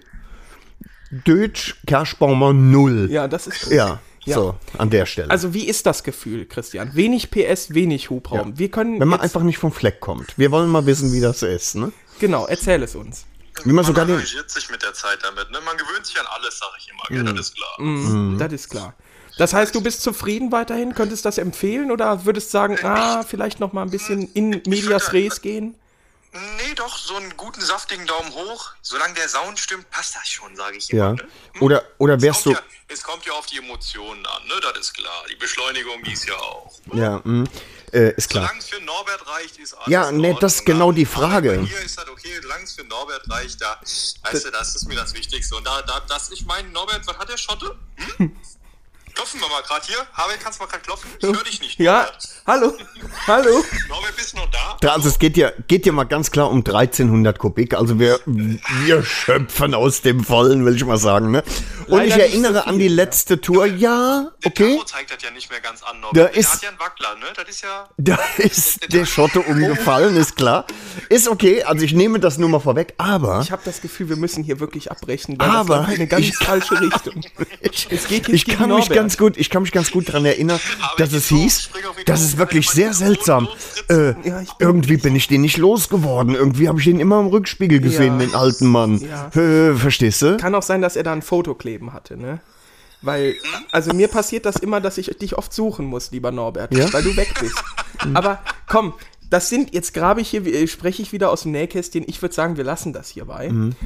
S3: Dötsch, Kerschbaumer 0.
S2: Ja, das ist.
S3: Ja,
S2: Ja.
S3: so, an der Stelle.
S2: Also, wie ist das Gefühl, Christian? Wenig PS, wenig Hubraum. Wir können.
S3: Wenn man
S2: jetzt-
S3: einfach nicht vom Fleck kommt. Wir wollen mal wissen, wie das ist, ne?
S2: genau, erzähl es uns.
S3: Wie man sogar den...
S5: arrangiert sich mit der Zeit damit, ne? Man gewöhnt sich an alles, sag ich immer,
S3: Mhm.
S5: gell? Das ist klar.
S2: Das ist klar. Das heißt, du bist zufrieden weiterhin? Könntest das empfehlen oder würdest sagen,
S5: Äh,
S2: ah, vielleicht noch mal ein bisschen in medias res gehen?
S5: Nee, doch, so einen guten, saftigen Daumen hoch. Solange der Sound stimmt, passt das schon, sage ich immer.
S3: Ja.
S5: Ne?
S3: Oder, oder wärst
S5: Kommt
S3: du...
S5: ja, es kommt ja auf die Emotionen an, ne? Das ist klar. Die Beschleunigung, die ist ja auch.
S3: Ja, mm, äh, ist klar.
S5: Solange es für Norbert reicht, ist alles
S3: Ja, nee,
S5: in
S3: das ist
S5: Ordnung.
S3: genau die
S5: Aber
S3: Frage.
S5: Bei mir ist das okay, solange es für Norbert reicht, da, weißt du, das ist mir das Wichtigste. Und da, da, das, ich meine, Norbert, was hat der Schotte? Hm? Klopfen wir mal gerade hier. Harvey, kannst du mal gerade klopfen? Ich höre dich nicht.
S2: Ja, hallo, hallo.
S3: Ah.
S5: Norbert. Norbert, bist du noch da?
S3: Da, Also es geht ja, geht ja mal ganz klar um 1300 Kubik. Also wir, wir schöpfen aus dem Vollen, will ich mal sagen. Ne? Und
S2: Leider
S3: ich
S2: nicht
S3: erinnere
S2: so viel,
S3: an die letzte Tour. Ja,
S5: Der
S3: okay.
S5: Tacho zeigt das ja nicht mehr ganz an, Norbert.
S3: Da
S5: der
S3: ist-
S5: hat ja einen Wackler, ne? Das ist ja...
S3: Da ist der Schotte umgefallen, ist klar. Ist okay, also ich nehme das nur mal vorweg. Aber
S2: Ich habe das Gefühl, wir müssen hier wirklich abbrechen, weil
S3: Aber
S2: das läuft in eine ganz
S3: ich-
S2: falsche Richtung. Es geht jetzt
S3: ich
S2: gegen
S3: kann mich
S2: Norbert.
S3: ganz gut, ich kann mich ganz gut daran erinnern,
S5: Aber
S3: dass
S5: ich
S3: es
S5: so,
S3: hieß,
S5: spring auf den
S3: das
S5: Kopf,
S3: ist wirklich
S5: kann ich
S3: sehr
S5: mal
S3: seltsam.
S5: so
S3: Äh,
S2: Ja, ich bin-
S3: irgendwie bin ich den nicht losgeworden. Irgendwie habe ich den immer im Rückspiegel gesehen,
S2: Ja.
S3: den alten Mann.
S2: Ja.
S3: Äh, verstehst du?
S2: Kann auch sein, dass er da ein Foto kleben hatte, ne? Weil, also mir passiert das immer, dass ich dich oft suchen muss, lieber Norbert,
S3: Ja? Mhm.
S2: weil du weg bist. Aber komm, das sind, jetzt grabe ich hier, äh, spreche ich wieder aus dem Nähkästchen. Ich würde sagen, wir lassen das hierbei. Äh, Christian,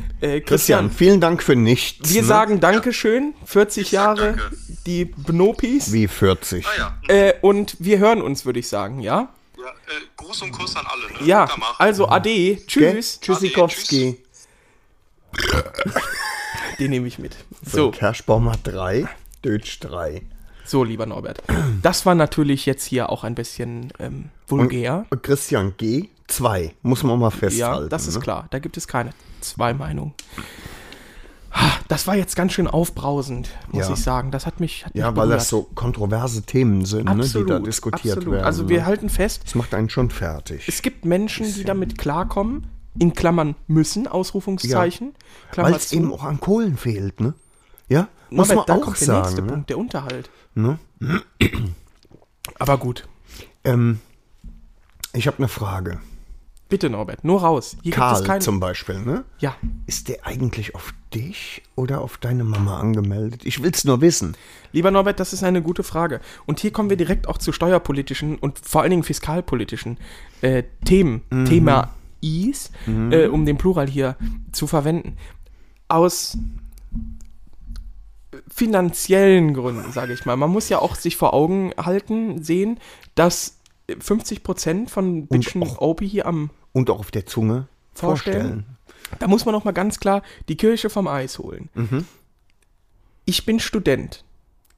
S3: Mhm. Christian, vielen Dank für nichts.
S2: wir
S3: ne?
S2: sagen Dankeschön, 40 Jahre,
S5: danke.
S2: die Bnopis.
S3: Wie 40.
S5: Ah ja,
S2: Äh, und wir hören uns, würde ich sagen, ja?
S5: Ja, äh, Gruß und Kuss an alle. Ne?
S2: Ja,
S5: Guter Mach.
S2: also Ade, tschüss.
S3: Tschüssikowski.
S2: Den nehme ich mit.
S3: So.
S2: So,
S3: Kerschbaumer 3, Dötsch 3.
S2: so, lieber Norbert. Das war natürlich jetzt hier auch ein bisschen ähm, vulgär.
S3: Und Christian G. 2, muss man mal festhalten.
S2: Ja, das ist
S3: ne?
S2: klar. Da gibt es keine zwei Meinungen. Ha, Das war jetzt ganz schön aufbrausend, muss
S3: Ja.
S2: ich sagen. Das hat mich. Hat
S3: Ja,
S2: mich
S3: weil
S2: berührt.
S3: das so kontroverse Themen sind,
S2: absolut,
S3: ne, die da diskutiert
S2: absolut.
S3: werden.
S2: Also wir
S3: ne?
S2: halten fest,
S3: das macht einen schon fertig.
S2: es gibt Menschen, die damit klarkommen, in Klammern müssen, Ausrufungszeichen. Klammer
S3: Weil es
S2: zu.
S3: eben auch an Kohlen fehlt, ne? Ja, muss
S2: Norbert,
S3: man
S2: da
S3: auch
S2: kommt der nächste
S3: sagen. Ne?
S2: Punkt, der Unterhalt.
S3: Ne?
S2: Aber gut.
S3: Ähm, ich habe eine Frage.
S2: Bitte, Norbert, nur raus. Hier
S3: Karl
S2: keinen-
S3: zum Beispiel, ne?
S2: Ja,
S3: Ist der eigentlich auf dich oder auf deine Mama angemeldet? Ich will's nur wissen.
S2: lieber Norbert, das ist eine gute Frage. Und hier kommen wir direkt auch zu steuerpolitischen und vor allen Dingen fiskalpolitischen äh, Themen. Thema Is, äh, um den Plural hier zu verwenden. Aus finanziellen Gründen, sage ich mal. Man muss ja auch sich vor Augen halten, sehen, dass 50% von Bitchen
S3: auch-
S2: OP hier am
S3: Und auch auf der Zunge vorstellen.
S2: vorstellen. Da muss man noch mal ganz klar die Kirche vom Eis holen. Ich bin Student.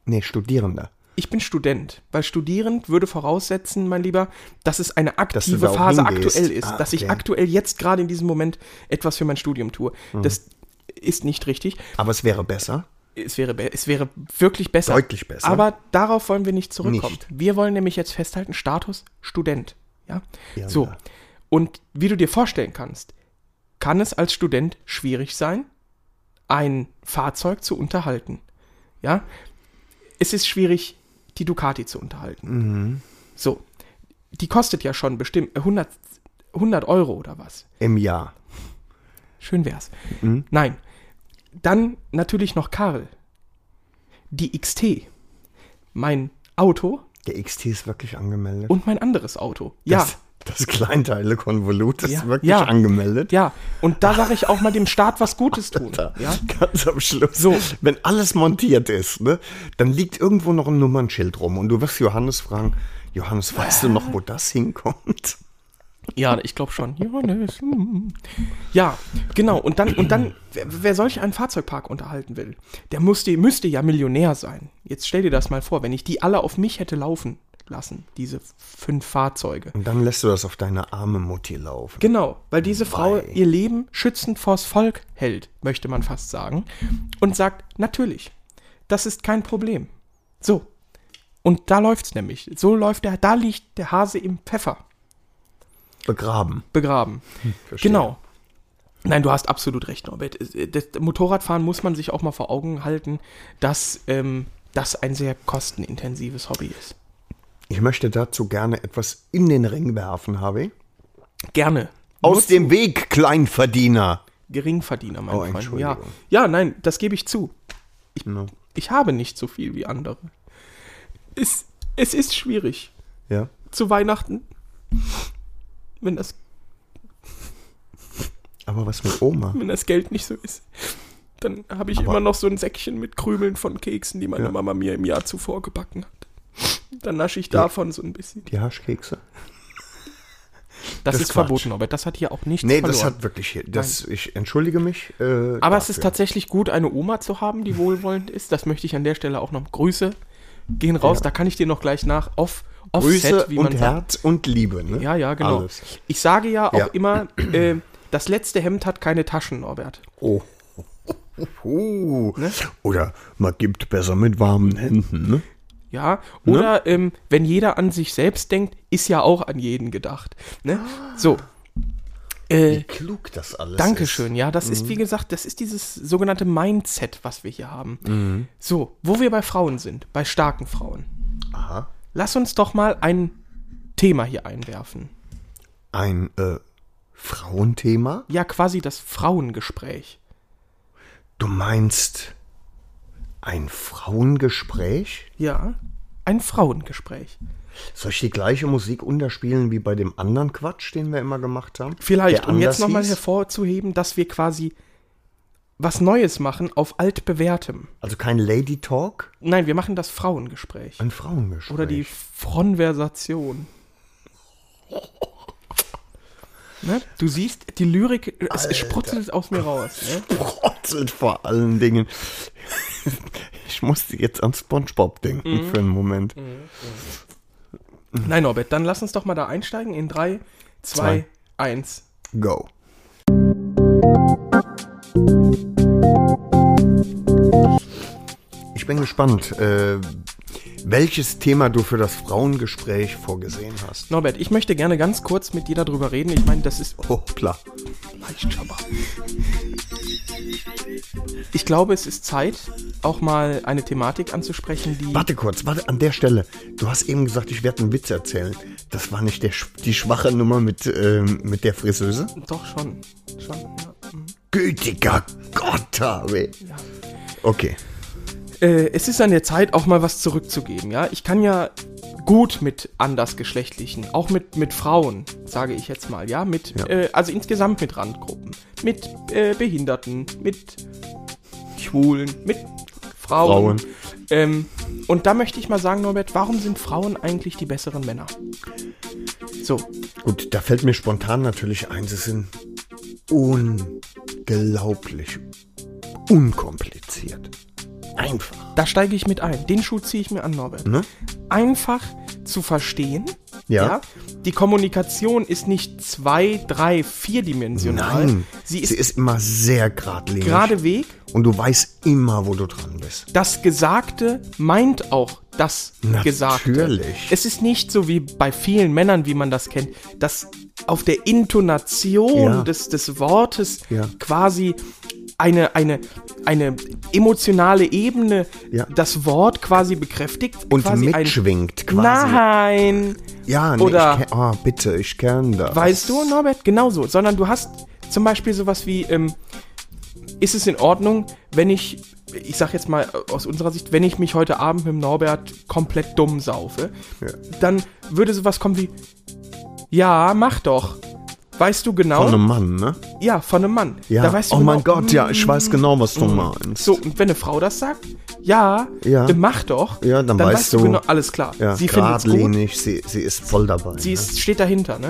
S3: Nee, Studierender.
S2: Ich bin Student, weil studierend würde voraussetzen, mein Lieber, dass es eine
S3: du
S2: aktive
S3: da auch
S2: Phase
S3: hingehst.
S2: aktuell ist,
S3: Ah,
S2: dass ich
S3: okay.
S2: aktuell jetzt gerade in diesem Moment etwas für mein Studium tue.
S3: Hm.
S2: Das ist nicht richtig.
S3: Aber es wäre besser.
S2: Es wäre, be- es wäre wirklich besser.
S3: Deutlich besser.
S2: Aber darauf wollen wir nicht zurückkommen.
S3: Nicht.
S2: Wir wollen nämlich jetzt festhalten, Status Student. Ja?
S3: Ja,
S2: so.
S3: ja.
S2: Und wie du dir vorstellen kannst, kann es als Student schwierig sein, ein Fahrzeug zu unterhalten. Ja? Es ist schwierig, die Ducati zu unterhalten.
S3: Mhm.
S2: So. Die kostet ja schon bestimmt 100, 100 Euro oder was.
S3: Im Jahr.
S2: Schön wär's. Nein. Dann natürlich noch Karl. Die XT. Mein Auto
S3: Der XT ist wirklich angemeldet.
S2: und mein anderes Auto. Ja.
S3: Das, das Kleinteile-Konvolut ist
S2: Ja.
S3: wirklich
S2: Ja.
S3: angemeldet.
S2: ja. Und da sage ich auch mal dem Staat was Gutes tun. Ja.
S3: Ganz am Schluss.
S2: So.
S3: Wenn alles montiert ist, ne, dann liegt irgendwo noch ein Nummernschild rum und du wirst Johannes fragen, Johannes, weißt du noch, wo das hinkommt?
S2: Ja, ich glaube schon. Johannes. hm. Ja, genau. Und dann, und dann, wer, wer solch einen Fahrzeugpark unterhalten will, der musste, müsste ja Millionär sein. Jetzt stell dir das mal vor, wenn ich die alle auf mich hätte laufen lassen, diese fünf Fahrzeuge.
S3: Und dann lässt du das auf deine arme Mutti laufen.
S2: Genau, weil diese Frau
S3: Wei.
S2: ihr Leben schützend vors Volk hält, möchte man fast sagen, und sagt, natürlich, das ist kein Problem. So. Und da läuft's nämlich. So läuft der, da liegt der Hase im Pfeffer
S3: Begraben.
S2: begraben.
S3: verstehe.
S2: genau. Nein, du hast absolut recht, Norbert. Äh, Das Motorradfahren muss man sich auch mal vor Augen halten, dass ähm, das ein sehr kostenintensives Hobby ist.
S3: Ich möchte dazu gerne etwas in den Ring werfen, Harvey.
S2: Gerne.
S3: Aus dem Weg, Kleinverdiener.
S2: Geringverdiener, mein
S3: Oh,
S2: Freund. Ja.
S3: Entschuldigung.
S2: ja, nein, das gebe ich zu.
S3: No.
S2: Ich habe nicht so viel wie andere. Es, es ist schwierig.
S3: Ja.
S2: Zu Weihnachten. Wenn das,
S3: Aber was mit Oma?
S2: wenn das Geld nicht so ist. Dann habe ich immer noch so ein Säckchen mit Krümeln von Keksen, die meine
S3: Ja.
S2: Mama mir im Jahr zuvor gebacken hat. Dann nasche ich davon so ein bisschen.
S3: Die Haschkekse?
S2: Das,
S3: Das
S2: ist
S3: ist
S2: verboten,
S3: Quatsch.
S2: aber das hat hier auch nichts
S3: Nee,
S2: verloren.
S3: das hat wirklich. hier- Das, ich entschuldige mich. Äh,
S2: aber es ist tatsächlich gut, eine Oma zu haben, die wohlwollend ist. Das möchte ich an der Stelle auch noch. Grüße gehen raus, da kann ich dir noch gleich nach off, offset,
S3: Grüße
S2: wie man
S3: und
S2: sagt.
S3: Herz und Liebe. Ne?
S2: Ja, ja, genau.
S3: Alles.
S2: Ich sage ja auch
S3: Ja.
S2: immer, äh, das letzte Hemd hat keine Taschen, Norbert.
S3: Oh. Oh.
S2: Ne?
S3: Oder man gibt besser mit warmen Händen. Ne?
S2: Ja, oder ähm, wenn jeder an sich selbst denkt, ist ja auch an jeden gedacht. Ne? So. Äh,
S3: klug Ah. das Mhm. alles
S2: Dankeschön, ja. Das ist, wie gesagt, das ist dieses sogenannte Mindset, was wir hier haben.
S3: Mhm.
S2: So, wo wir bei Frauen sind, bei starken Frauen.
S3: Aha.
S2: Lass uns doch mal ein Thema hier einwerfen.
S3: Ein äh, Frauenthema?
S2: Ja, quasi das Frauengespräch.
S3: Du meinst ein Frauengespräch?
S2: Ja, ein Frauengespräch.
S3: Soll ich die gleiche Musik unterspielen wie bei dem anderen Quatsch, den wir immer gemacht haben?
S2: Vielleicht,
S3: Der
S2: um jetzt
S3: anders
S2: nochmal
S3: hieß?
S2: hervorzuheben, dass wir quasi was Neues machen auf altbewährtem.
S3: Also kein Lady Talk,
S2: Nein, wir machen das Frauengespräch.
S3: ein Frauengespräch.
S2: Oder die Fronversation. Ne? Du siehst, die Lyrik, es sprotzelt aus mir raus. Ne?
S3: Protzelt vor allen Dingen. Ich musste jetzt an Spongebob denken
S2: Mhm.
S3: für einen Moment.
S2: Nein, Norbert, dann lass uns doch mal da einsteigen in 3, 2,
S3: Zwei.
S2: 1.
S3: Go. Ich bin gespannt, äh, welches Thema du für das Frauengespräch vorgesehen hast.
S2: Norbert, ich möchte gerne ganz kurz mit dir darüber reden. Ich meine, das ist,
S3: Hoppla. Leicht aber.
S2: ich glaube, es ist Zeit, auch mal eine Thematik anzusprechen, die.
S3: Warte kurz, warte, an der Stelle. Du hast eben gesagt, ich werde einen Witz erzählen. Das war nicht der, sch- die schwache Nummer mit, ähm, mit der Friseuse?
S2: Doch, schon. schon ja.
S3: Gütiger Gott, habe.
S2: Ja.
S3: Okay.
S2: äh, es ist an der Zeit, auch mal was zurückzugeben, ja. Ich kann ja gut mit andersgeschlechtlichen, auch mit, mit Frauen, sage ich jetzt mal, ja, mit,
S3: Ja.
S2: Äh, also insgesamt mit Randgruppen, mit äh, Behinderten, mit Schwulen, mit Frauen.
S3: Frauen.
S2: Ähm, und da möchte ich mal sagen, Norbert, warum sind Frauen eigentlich die besseren Männer? So,
S3: Gut, da fällt mir spontan natürlich ein, sie sind unglaublich unkompliziert. Einfach.
S2: da steige ich mit ein. Den Schuh ziehe ich mir an, Norbert.
S3: Ne?
S2: einfach zu verstehen.
S3: Ja.
S2: Die Kommunikation ist nicht zwei, drei, vierdimensional.
S3: Nein,
S2: Sie ist,
S3: immer sehr geradlinig.
S2: geradeweg.
S3: Und du weißt immer, wo du dran bist.
S2: Das Gesagte meint auch das Gesagte.
S3: Natürlich.
S2: Es ist nicht so wie bei vielen Männern, wie man das kennt, dass auf der Intonation
S3: Ja.
S2: des, des Wortes
S3: Ja.
S2: quasi eine, eine, eine emotionale Ebene
S3: Ja.
S2: das Wort quasi bekräftigt.
S3: Und
S2: quasi
S3: mitschwingt
S2: ein,
S3: quasi.
S2: Nein.
S3: Ja, nee,
S2: Oder-
S3: ich kenn, oh, bitte, ich kenne das.
S2: Weißt du, Norbert, genauso. Sondern du hast zum Beispiel sowas wie, ähm, ist es in Ordnung, wenn ich, ich sag jetzt mal äh, aus unserer Sicht, wenn ich mich heute Abend mit dem Norbert komplett dumm saufe,
S3: Ja.
S2: dann würde sowas kommen wie, ja, mach doch. Weißt du genau?
S3: Von einem Mann, ne?
S2: ja, von einem Mann.
S3: Ja.
S2: Da weißt du
S3: oh
S2: genau,
S3: mein Gott, ja, ich weiß genau, was du meinst.
S2: So, und wenn eine Frau das sagt, ja,
S3: Ja.
S2: dann mach doch,
S3: Ja, dann weißt du-
S2: genau, alles klar.
S3: Ja,
S2: sie findet es gut,
S3: geradlinig, sie, sie ist voll dabei.
S2: sie ist, steht dahinter, ne?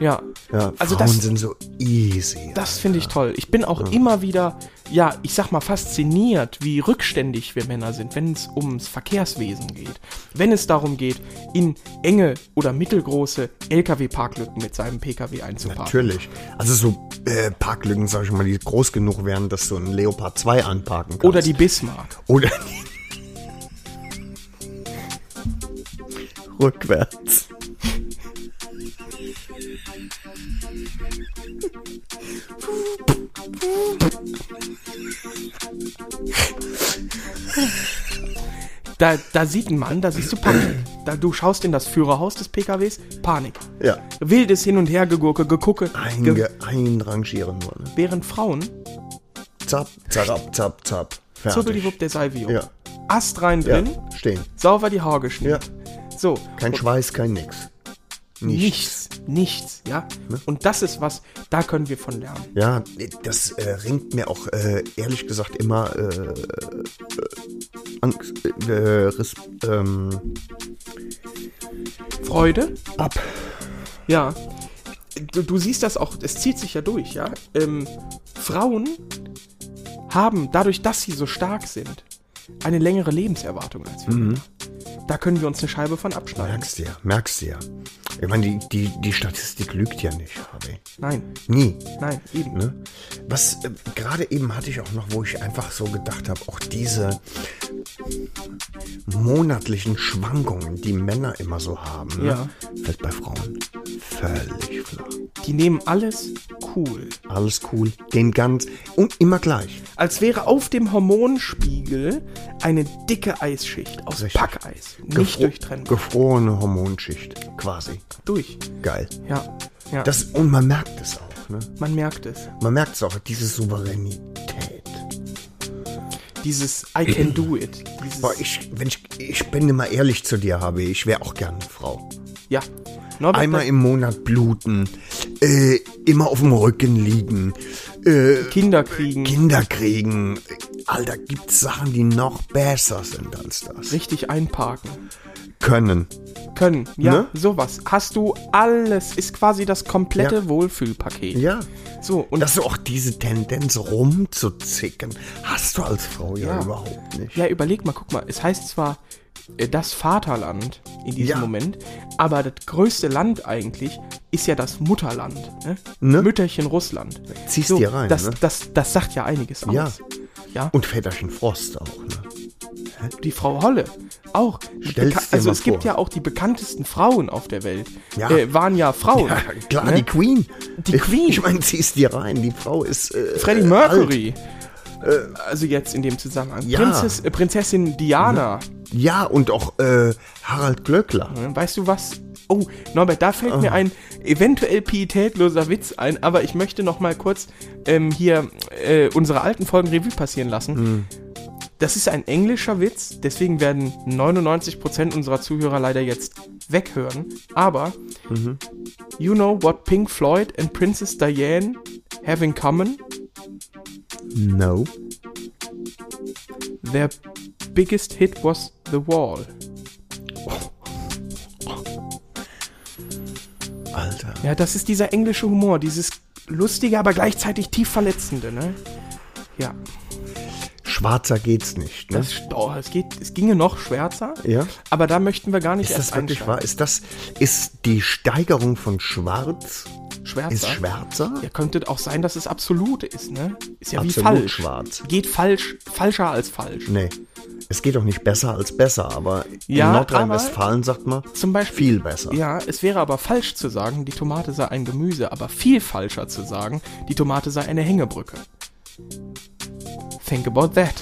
S2: Ja.
S3: ne? ja,
S2: also
S3: Frauen
S2: das,
S3: sind so easy.
S2: Das finde ich toll. Ich bin auch immer wieder, ja, ich sag mal, fasziniert, wie rückständig wir Männer sind, wenn es ums Verkehrswesen geht. Wenn es darum geht, in enge oder mittelgroße Lkw-Parklücken mit seinem Pkw einzuparken.
S3: Natürlich. Also so äh, Parklücken, sag ich mal, die groß genug wären, dass du einen Leopard 2 anparken kannst.
S2: Oder die Bismarck.
S3: Oder rückwärts.
S2: Da, da sieht ein Mann, da siehst du Panik. Da, du schaust in das Führerhaus des Pkws, Panik.
S3: Ja.
S2: Wildes Hin- und Hergegurke, Gegucke,
S3: Einge einrangieren nur. Ne?
S2: während Frauen,
S3: Zap, zarab, zap, zap. Fertig.
S2: zubbeliwupp der Salvio,
S3: Ja.
S2: astrein
S3: Ja,
S2: drin,
S3: stehen.
S2: sauber die Haare geschnitten. So,
S3: Kein Schweiß, kein nix.
S2: Nichts. Nichts, ja.
S3: Ne?
S2: Und das ist was, da können wir von lernen.
S3: Ja, das äh, ringt mir auch äh, ehrlich gesagt immer äh, äh, Angst, äh, Res, ähm,
S2: Freude,
S3: ab.
S2: ja. Du, du siehst das auch, es zieht sich ja durch, ja. Ähm, Frauen haben, dadurch, dass sie so stark sind, eine längere Lebenserwartung als wir. Männer. Da können wir uns eine Scheibe von abschneiden.
S3: Mhm. Merkst du ja, merkst du ja. Ich meine, die, die, die Statistik lügt ja nicht, Harvey.
S2: Nein,
S3: Nie.
S2: nein, eben.
S3: Ne? Was äh, gerade eben hatte ich auch noch, wo ich einfach so gedacht habe, auch diese monatlichen Schwankungen, die Männer immer so haben, ne?
S2: Ja.
S3: fällt bei Frauen völlig flach.
S2: Die nehmen alles cool.
S3: Alles cool, den ganz und immer gleich.
S2: Als wäre auf dem Hormonspiegel eine dicke Eisschicht aus
S3: Richtig.
S2: Packeis. Nicht
S3: Gefro-
S2: durchtrennbar.
S3: Gefrorene Hormonschicht, quasi.
S2: Durch.
S3: Geil.
S2: Ja. ja.
S3: Das, und man merkt es auch. Ne?
S2: Man merkt es.
S3: Man merkt es auch, diese Souveränität.
S2: Dieses I can do it. Dieses,
S3: Boah, ich, wenn ich, ich bin immer ehrlich zu dir, habe ich wäre auch gerne eine Frau.
S2: ja. Ne, Norbert,
S3: Einmal
S2: da-
S3: im Monat bluten, äh, immer auf dem Rücken liegen, äh,
S2: Kinder kriegen.
S3: Kinder kriegen. Alter, gibt's Sachen, die noch besser sind als das?
S2: richtig einparken.
S3: Können.
S2: können. Ja,
S3: Ne?
S2: sowas. Hast du alles. Ist quasi das komplette
S3: Ja.
S2: Wohlfühlpaket.
S3: Ja.
S2: So, und
S3: Dass du auch diese Tendenz rumzuzicken, hast du als Frau ja, überhaupt nicht.
S2: Ja, überleg mal, guck mal, es heißt zwar äh, das Vaterland in diesem
S3: Ja.
S2: Moment, aber das größte Land eigentlich ist ja das Mutterland. Ne?
S3: Ne?
S2: Mütterchen Russland.
S3: Ziehst dir rein,
S2: Das,
S3: ne?
S2: das, das sagt ja einiges aus.
S3: Ja.
S2: Ja, und
S3: Und Väterchen Frost auch, ne?
S2: die Frau Holle auch. Die
S3: Stell's
S2: Beka-
S3: dir
S2: also
S3: mal
S2: es gibt
S3: vor.
S2: ja auch die bekanntesten Frauen auf der Welt.
S3: Ja.
S2: Äh, waren ja Frauen.
S3: Ja, klar,
S2: ne?
S3: die Queen.
S2: Die Queen.
S3: Ich meine, ziehst dir rein. Die Frau ist. Äh,
S2: Freddie
S3: äh, Alt.
S2: Mercury. also jetzt in dem Zusammenhang.
S3: Ja. Mhm.
S2: Prinzess, äh, Prinzessin Diana.
S3: Ja, und auch äh, Harald Glöckler.
S2: Ne? Weißt du was? Oh, Norbert, da fällt mir ein eventuell pietätloser Witz ein, aber ich möchte noch mal kurz ähm, hier äh, unsere alten Folgen Revue passieren lassen. Das ist ein englischer Witz, deswegen werden 99% unserer Zuhörer leider jetzt weghören. Aber, you know what Pink Floyd and Princess Diane have in common?
S3: No.
S2: Their biggest hit was The Wall.
S3: Alter.
S2: Ja, das ist dieser englische Humor, dieses lustige, aber gleichzeitig tief verletzende, ne? Ja,
S3: Schwarzer geht's nicht, ne?
S2: das, oh, es, geht, es ginge noch schwärzer,
S3: Ja.
S2: aber da möchten wir gar nicht
S3: ist das
S2: erst
S3: wirklich
S2: einsteigen.
S3: wahr? Ist das. Ist die Steigerung von Schwarz.
S2: Schwärzer?
S3: Ist schwärzer?
S2: Ja, könnte auch sein, dass es absolut ist, ne? Ist ja wie
S3: Absolut
S2: falsch.
S3: schwarz.
S2: Geht falsch, falscher als falsch.
S3: Nee. Es geht doch nicht besser als besser, aber
S2: Ja,
S3: in Nordrhein-Westfalen sagt man
S2: Zum Beispiel.
S3: viel besser.
S2: Ja, es wäre aber falsch zu sagen, die Tomate sei ein Gemüse, aber viel falscher zu sagen, die Tomate sei eine Hängebrücke. Think about that.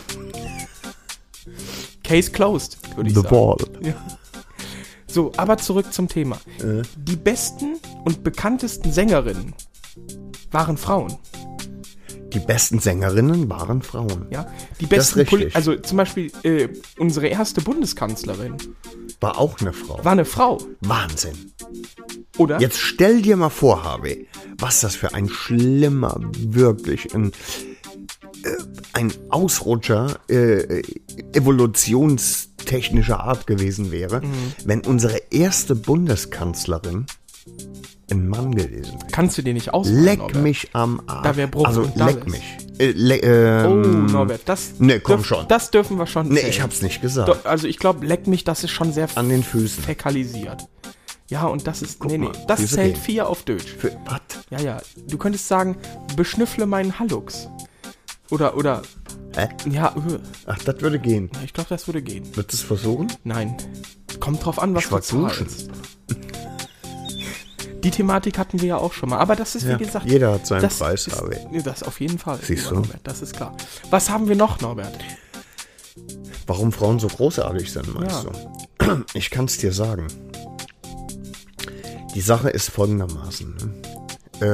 S2: Case closed, würde ich
S3: The
S2: sagen.
S3: Ball.
S2: So, aber zurück zum Thema.
S3: Äh.
S2: Die besten und bekanntesten Sängerinnen waren Frauen.
S3: Die besten Sängerinnen waren Frauen.
S2: Ja, die
S3: Das ist
S2: besten, Poli-
S3: richtig.
S2: also zum Beispiel äh, unsere erste Bundeskanzlerin
S3: War auch eine Frau.
S2: war eine Frau,
S3: Wahnsinn.
S2: oder?
S3: Jetzt stell dir mal vor, Harvey, was das für ein schlimmer, wirklich ein, äh, ein Ausrutscher äh, evolutionstechnischer Art gewesen wäre,
S2: Mhm.
S3: wenn unsere erste Bundeskanzlerin ein Mann gewesen wäre.
S2: Kannst du dir nicht ausmalen,
S3: Leck
S2: Norbert.
S3: mich am Arsch.
S2: Genau, Da wär Bruch
S3: Also
S2: und da
S3: leck
S2: wär's.
S3: mich. Äh, le
S2: Oh,
S3: ähm,
S2: Norbert, das,
S3: nee, komm
S2: dürf-
S3: schon.
S2: das dürfen wir schon
S3: nee,
S2: zählen.
S3: ich hab's nicht gesagt.
S2: Do- Also ich glaube, leck mich, das ist schon sehr
S3: An den Füßen.
S2: fäkalisiert. Ja, und das ist, nee, nee,
S3: mal,
S2: das
S3: Füße
S2: zählt
S3: gehen.
S2: vier auf Deutsch.
S3: Für, was?
S2: Ja, ja, du könntest sagen, beschnüffle meinen Hallux. Oder, oder,
S3: Hä?
S2: ja, öh.
S3: Ach, das würde gehen.
S2: ich glaube, das würde gehen.
S3: Würdest du es versuchen?
S2: Nein. Kommt drauf an, was
S3: Ich war
S2: du zahlst. Die Thematik hatten wir ja auch schon mal. Aber das ist,
S3: Ja,
S2: wie gesagt.
S3: jeder hat seinen
S2: das
S3: Preis,
S2: ist-
S3: aber-
S2: Nee, das auf jeden Fall.
S3: Siehst
S2: lieber
S3: du?
S2: Norbert, das ist klar. Was haben wir noch, Norbert?
S3: Warum Frauen so großartig sind, meinst
S2: Ja.
S3: du? Ich kann's dir sagen. Die Sache ist folgendermaßen. Ne?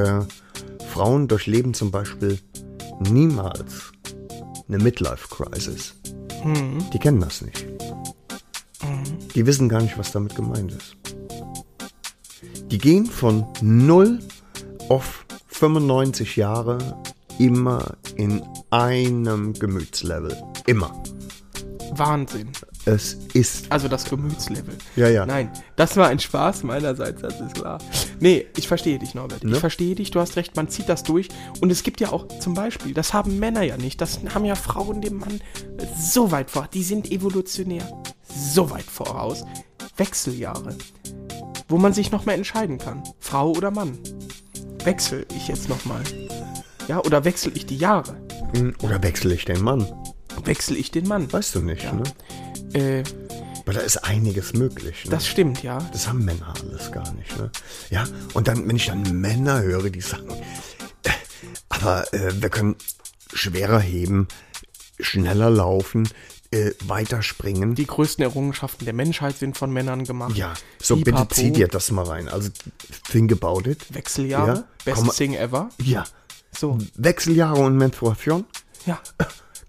S3: Äh, Frauen durchleben zum Beispiel niemals eine Midlife-Crisis. Die kennen das nicht. Die wissen gar nicht, was damit gemeint ist. Die gehen von 0 auf 95 Jahre immer in einem Gemütslevel. Immer.
S2: Wahnsinn.
S3: Es ist.
S2: Also das Gemütslevel.
S3: Ja, ja.
S2: Nein, das war ein Spaß meinerseits, das ist klar. Nee, ich verstehe dich, Norbert.
S3: Ne?
S2: Ich verstehe dich, du hast recht, man zieht das durch. Und es gibt ja auch zum Beispiel, das haben Männer ja nicht, das haben ja Frauen dem Mann so weit vor. Die sind evolutionär so weit voraus. Wechseljahre, wo man sich nochmal entscheiden kann, Frau oder Mann. Wechsel ich jetzt nochmal. Ja, oder wechsel ich die Jahre?
S3: Oder wechsle ich den Mann?
S2: Wechsel ich den Mann?
S3: Weißt du nicht, ne?
S2: Äh,
S3: Aber da ist einiges möglich. Ne?
S2: das stimmt, ja.
S3: Das haben Männer alles gar nicht, ne? Ja, und dann, wenn ich dann Männer höre, die sagen, äh, aber äh, wir können schwerer heben, schneller laufen, äh, weiter springen.
S2: Die größten Errungenschaften der Menschheit sind von Männern gemacht.
S3: ja, so
S2: Pipapo,
S3: bitte zieh dir das mal rein. Also, think about it.
S2: Wechseljahre,
S3: Ja,
S2: best
S3: komm mal- Hm.
S2: thing ever.
S3: Ja,
S2: So,
S3: Wechseljahre und Menstruation,
S2: ja.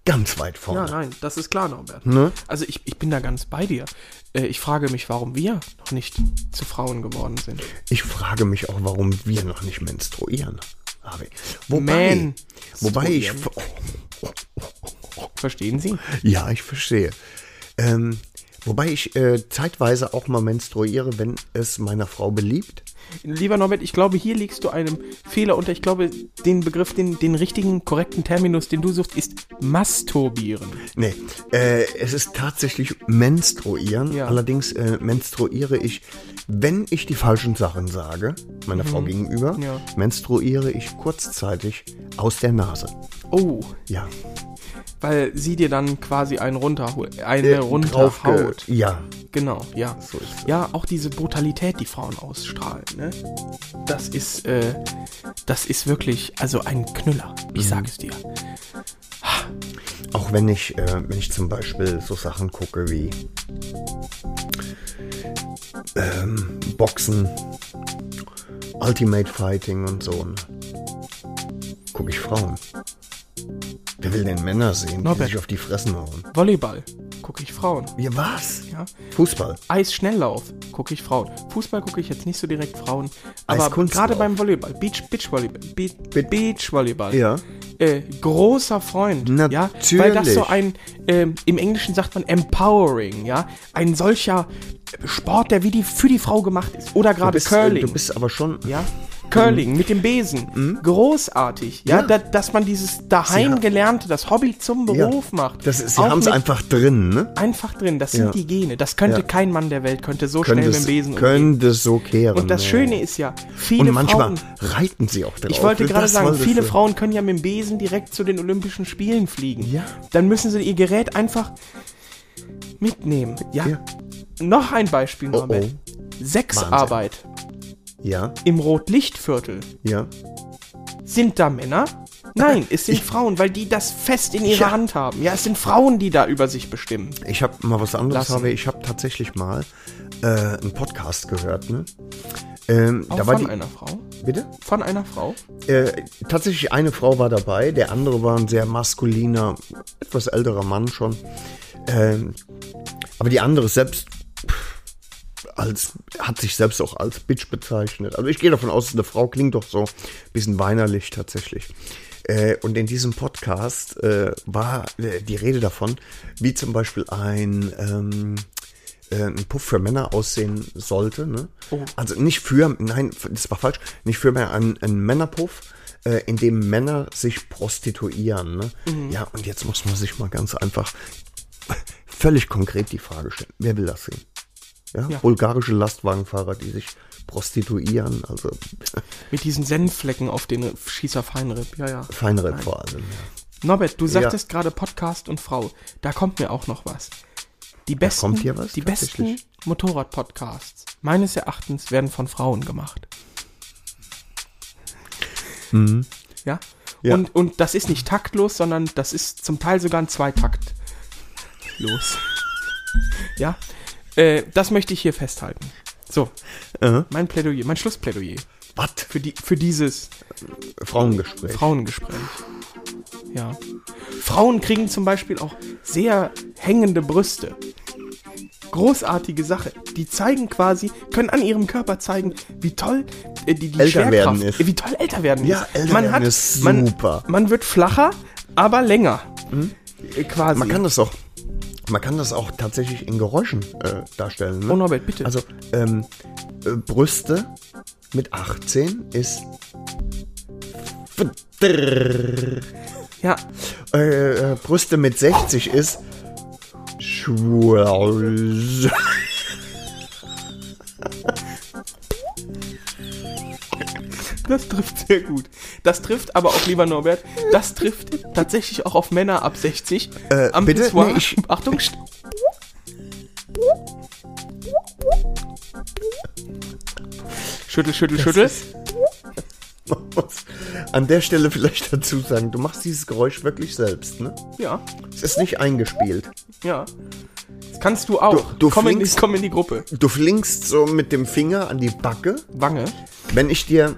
S3: ganz weit
S2: Ja,
S3: vorne.
S2: nein, das ist klar, Norbert.
S3: Ne?
S2: Also ich, ich bin da ganz bei dir. Äh, Ich frage mich, warum wir noch nicht zu Frauen geworden sind.
S3: Ich frage mich auch, warum wir noch nicht menstruieren. Harvey. Wobei,
S2: Man-
S3: wobei ich.
S2: Struieren. Verstehen Sie?
S3: Ja, ich verstehe. Ähm, Wobei ich äh, zeitweise auch mal menstruiere, wenn es meiner Frau beliebt.
S2: Lieber Norbert, ich glaube, hier liegst du einem Fehler unter. Ich glaube, den Begriff, den, den richtigen, korrekten Terminus, den du suchst, ist masturbieren.
S3: Nee, äh, es ist tatsächlich menstruieren.
S2: Ja.
S3: Allerdings äh, menstruiere ich, wenn ich die falschen Sachen sage, meiner Frau gegenüber,
S2: Mhm. Ja.
S3: menstruiere ich kurzzeitig aus der Nase.
S2: Oh,
S3: Ja.
S2: weil sie dir dann quasi einen runterholt, eine
S3: Äh, draufge-
S2: runterhaut.
S3: Ja.
S2: Genau, ja. ja, auch diese Brutalität, die Frauen ausstrahlen, ne? Das ist, äh, das ist wirklich, also ein Knüller. Ich
S3: Mhm.
S2: sag es dir.
S3: Auch wenn ich, äh, wenn ich zum Beispiel so Sachen gucke wie ähm, Boxen, Ultimate Fighting und so, ne? gucke ich Frauen. Wer will denn Männer sehen, die
S2: Norbert.
S3: sich auf die Fressen hauen?
S2: Volleyball, gucke ich Frauen.
S3: Ja, was?
S2: Ja.
S3: Fußball.
S2: Eisschnelllauf gucke ich Frauen. Fußball gucke ich jetzt nicht so direkt Frauen. Aber
S3: Eiskunstlauf.
S2: gerade beim Volleyball, Beach, Beachvolleyball, Be
S3: Bit-
S2: Beachvolleyball,
S3: Ja.
S2: äh, großer Freund, ja,
S3: Natürlich.
S2: weil das so ein, ähm, im Englischen sagt man empowering, ja, ein solcher Sport, der wie die, für die Frau gemacht ist. Oder
S3: Du
S2: gerade
S3: bist, äh,
S2: Curling.
S3: du bist aber schon.
S2: Ja. Curling mit dem Besen. Großartig. Ja,
S3: Mhm. Ja.
S2: Da, dass man dieses daheim gelernte, das Hobby zum Beruf macht.
S3: Das ist, sie
S2: Auch
S3: haben es
S2: mit-
S3: einfach drin, ne?
S2: einfach drin. Das
S3: Ja.
S2: sind die Gene. Das könnte
S3: Ja.
S2: kein Mann der Welt könnte so
S3: Könnte
S2: schnell mit
S3: es,
S2: dem Besen umgehen.
S3: könnte es so kehren.
S2: Und das
S3: ja.
S2: Schöne ist ja, viele
S3: Und manchmal
S2: Frauen.
S3: reiten sie auch drauf.
S2: Ich wollte
S3: ne?
S2: gerade
S3: Das
S2: sagen,
S3: soll das
S2: viele
S3: so-
S2: Frauen können ja mit dem Besen direkt zu den Olympischen Spielen fliegen.
S3: Ja.
S2: Dann müssen sie ihr Gerät einfach mitnehmen. Ja.
S3: Ja.
S2: Noch ein Beispiel,
S3: Oh,
S2: Norbert.
S3: oh.
S2: Sexarbeit
S3: Ja,
S2: im Rotlichtviertel.
S3: ja.
S2: Sind da Männer? Nein, es sind Frauen, weil die das fest in ihrer
S3: Ja.
S2: Hand haben. Ja, es sind Frauen, die da über sich bestimmen.
S3: Ich habe mal was anderes.
S2: Lassen.
S3: Habe. Ich habe tatsächlich mal äh, einen Podcast gehört. Ne? Ähm,
S2: Auch
S3: da war
S2: von
S3: die,
S2: einer Frau?
S3: bitte?
S2: Von einer Frau?
S3: Äh, tatsächlich eine Frau war dabei. Der andere war ein sehr maskuliner, etwas älterer Mann schon. Ähm, aber die andere selbst pff, als, hat sich selbst auch als Bitch bezeichnet. Also ich gehe davon aus, eine Frau klingt doch so ein bisschen weinerlich tatsächlich. Äh, und in diesem Podcast äh, war äh, die Rede davon, wie zum Beispiel ein, ähm, äh, ein Puff für Männer aussehen sollte. Ne? Also nicht für, nein, f- das war falsch, nicht für Männer, ein, ein Männerpuff, äh, in dem Männer sich prostituieren. Ne? Ja, und jetzt muss man sich mal ganz einfach völlig konkret die Frage stellen. Wer will das sehen? Ja,
S2: Ja.
S3: Bulgarische Lastwagenfahrer, die sich prostituieren, also
S2: Mit diesen Senfflecken auf den Schießerfeinripp. Ja, ja.
S3: Feinripp vor allem. Ja.
S2: Norbert, du sagtest gerade Podcast und Frau. Da kommt mir auch noch was. Die besten,
S3: kommt hier was,
S2: die besten
S3: tatsächlich?
S2: Motorrad-Podcasts meines Erachtens werden von Frauen gemacht. Ja?
S3: Mhm. Ja.
S2: Und, und das ist nicht taktlos, sondern das ist zum Teil sogar ein Zweitakt. Los. ja? Äh, das möchte ich hier festhalten. So, mein Plädoyer, mein Schlussplädoyer
S3: Was?
S2: für, die, für dieses
S3: Frauengespräch.
S2: Frauengespräch. Ja. Frauen kriegen zum Beispiel auch sehr hängende Brüste. Großartige Sache. Die zeigen quasi, können an ihrem Körper zeigen, wie toll äh, die, die
S3: Älter werden
S2: Schwerkraft-
S3: ist.
S2: äh, wie toll älter werden
S3: Ja,
S2: ist.
S3: älter werden ist super. Mhm.
S2: Man, man wird flacher, aber länger. Äh, Quasi.
S3: Man kann das auch, man kann das auch tatsächlich in Geräuschen äh, darstellen. Ne?
S2: Oh, Norbert, bitte.
S3: Also ähm, äh, Brüste mit 18 ist
S2: ja,
S3: äh, äh, Brüste mit 60 ist schwul.
S2: das trifft sehr gut. Das trifft aber auch, lieber Norbert, das trifft tatsächlich auch auf Männer ab 60.
S3: Äh, bitte?
S2: Pissoir.
S3: Nee, ich-
S2: Achtung, st- Schüttel, schüttel, schüttel.
S3: Man muss An der Stelle vielleicht dazu sagen, du machst dieses Geräusch wirklich selbst, ne?
S2: Ja,
S3: Es ist nicht eingespielt.
S2: ja. Das kannst du auch.
S3: Du- du
S2: komm, in, die-
S3: flinkst-
S2: komm in die Gruppe.
S3: Du flinkst so mit dem Finger an die Backe.
S2: Wange.
S3: Wenn ich dir,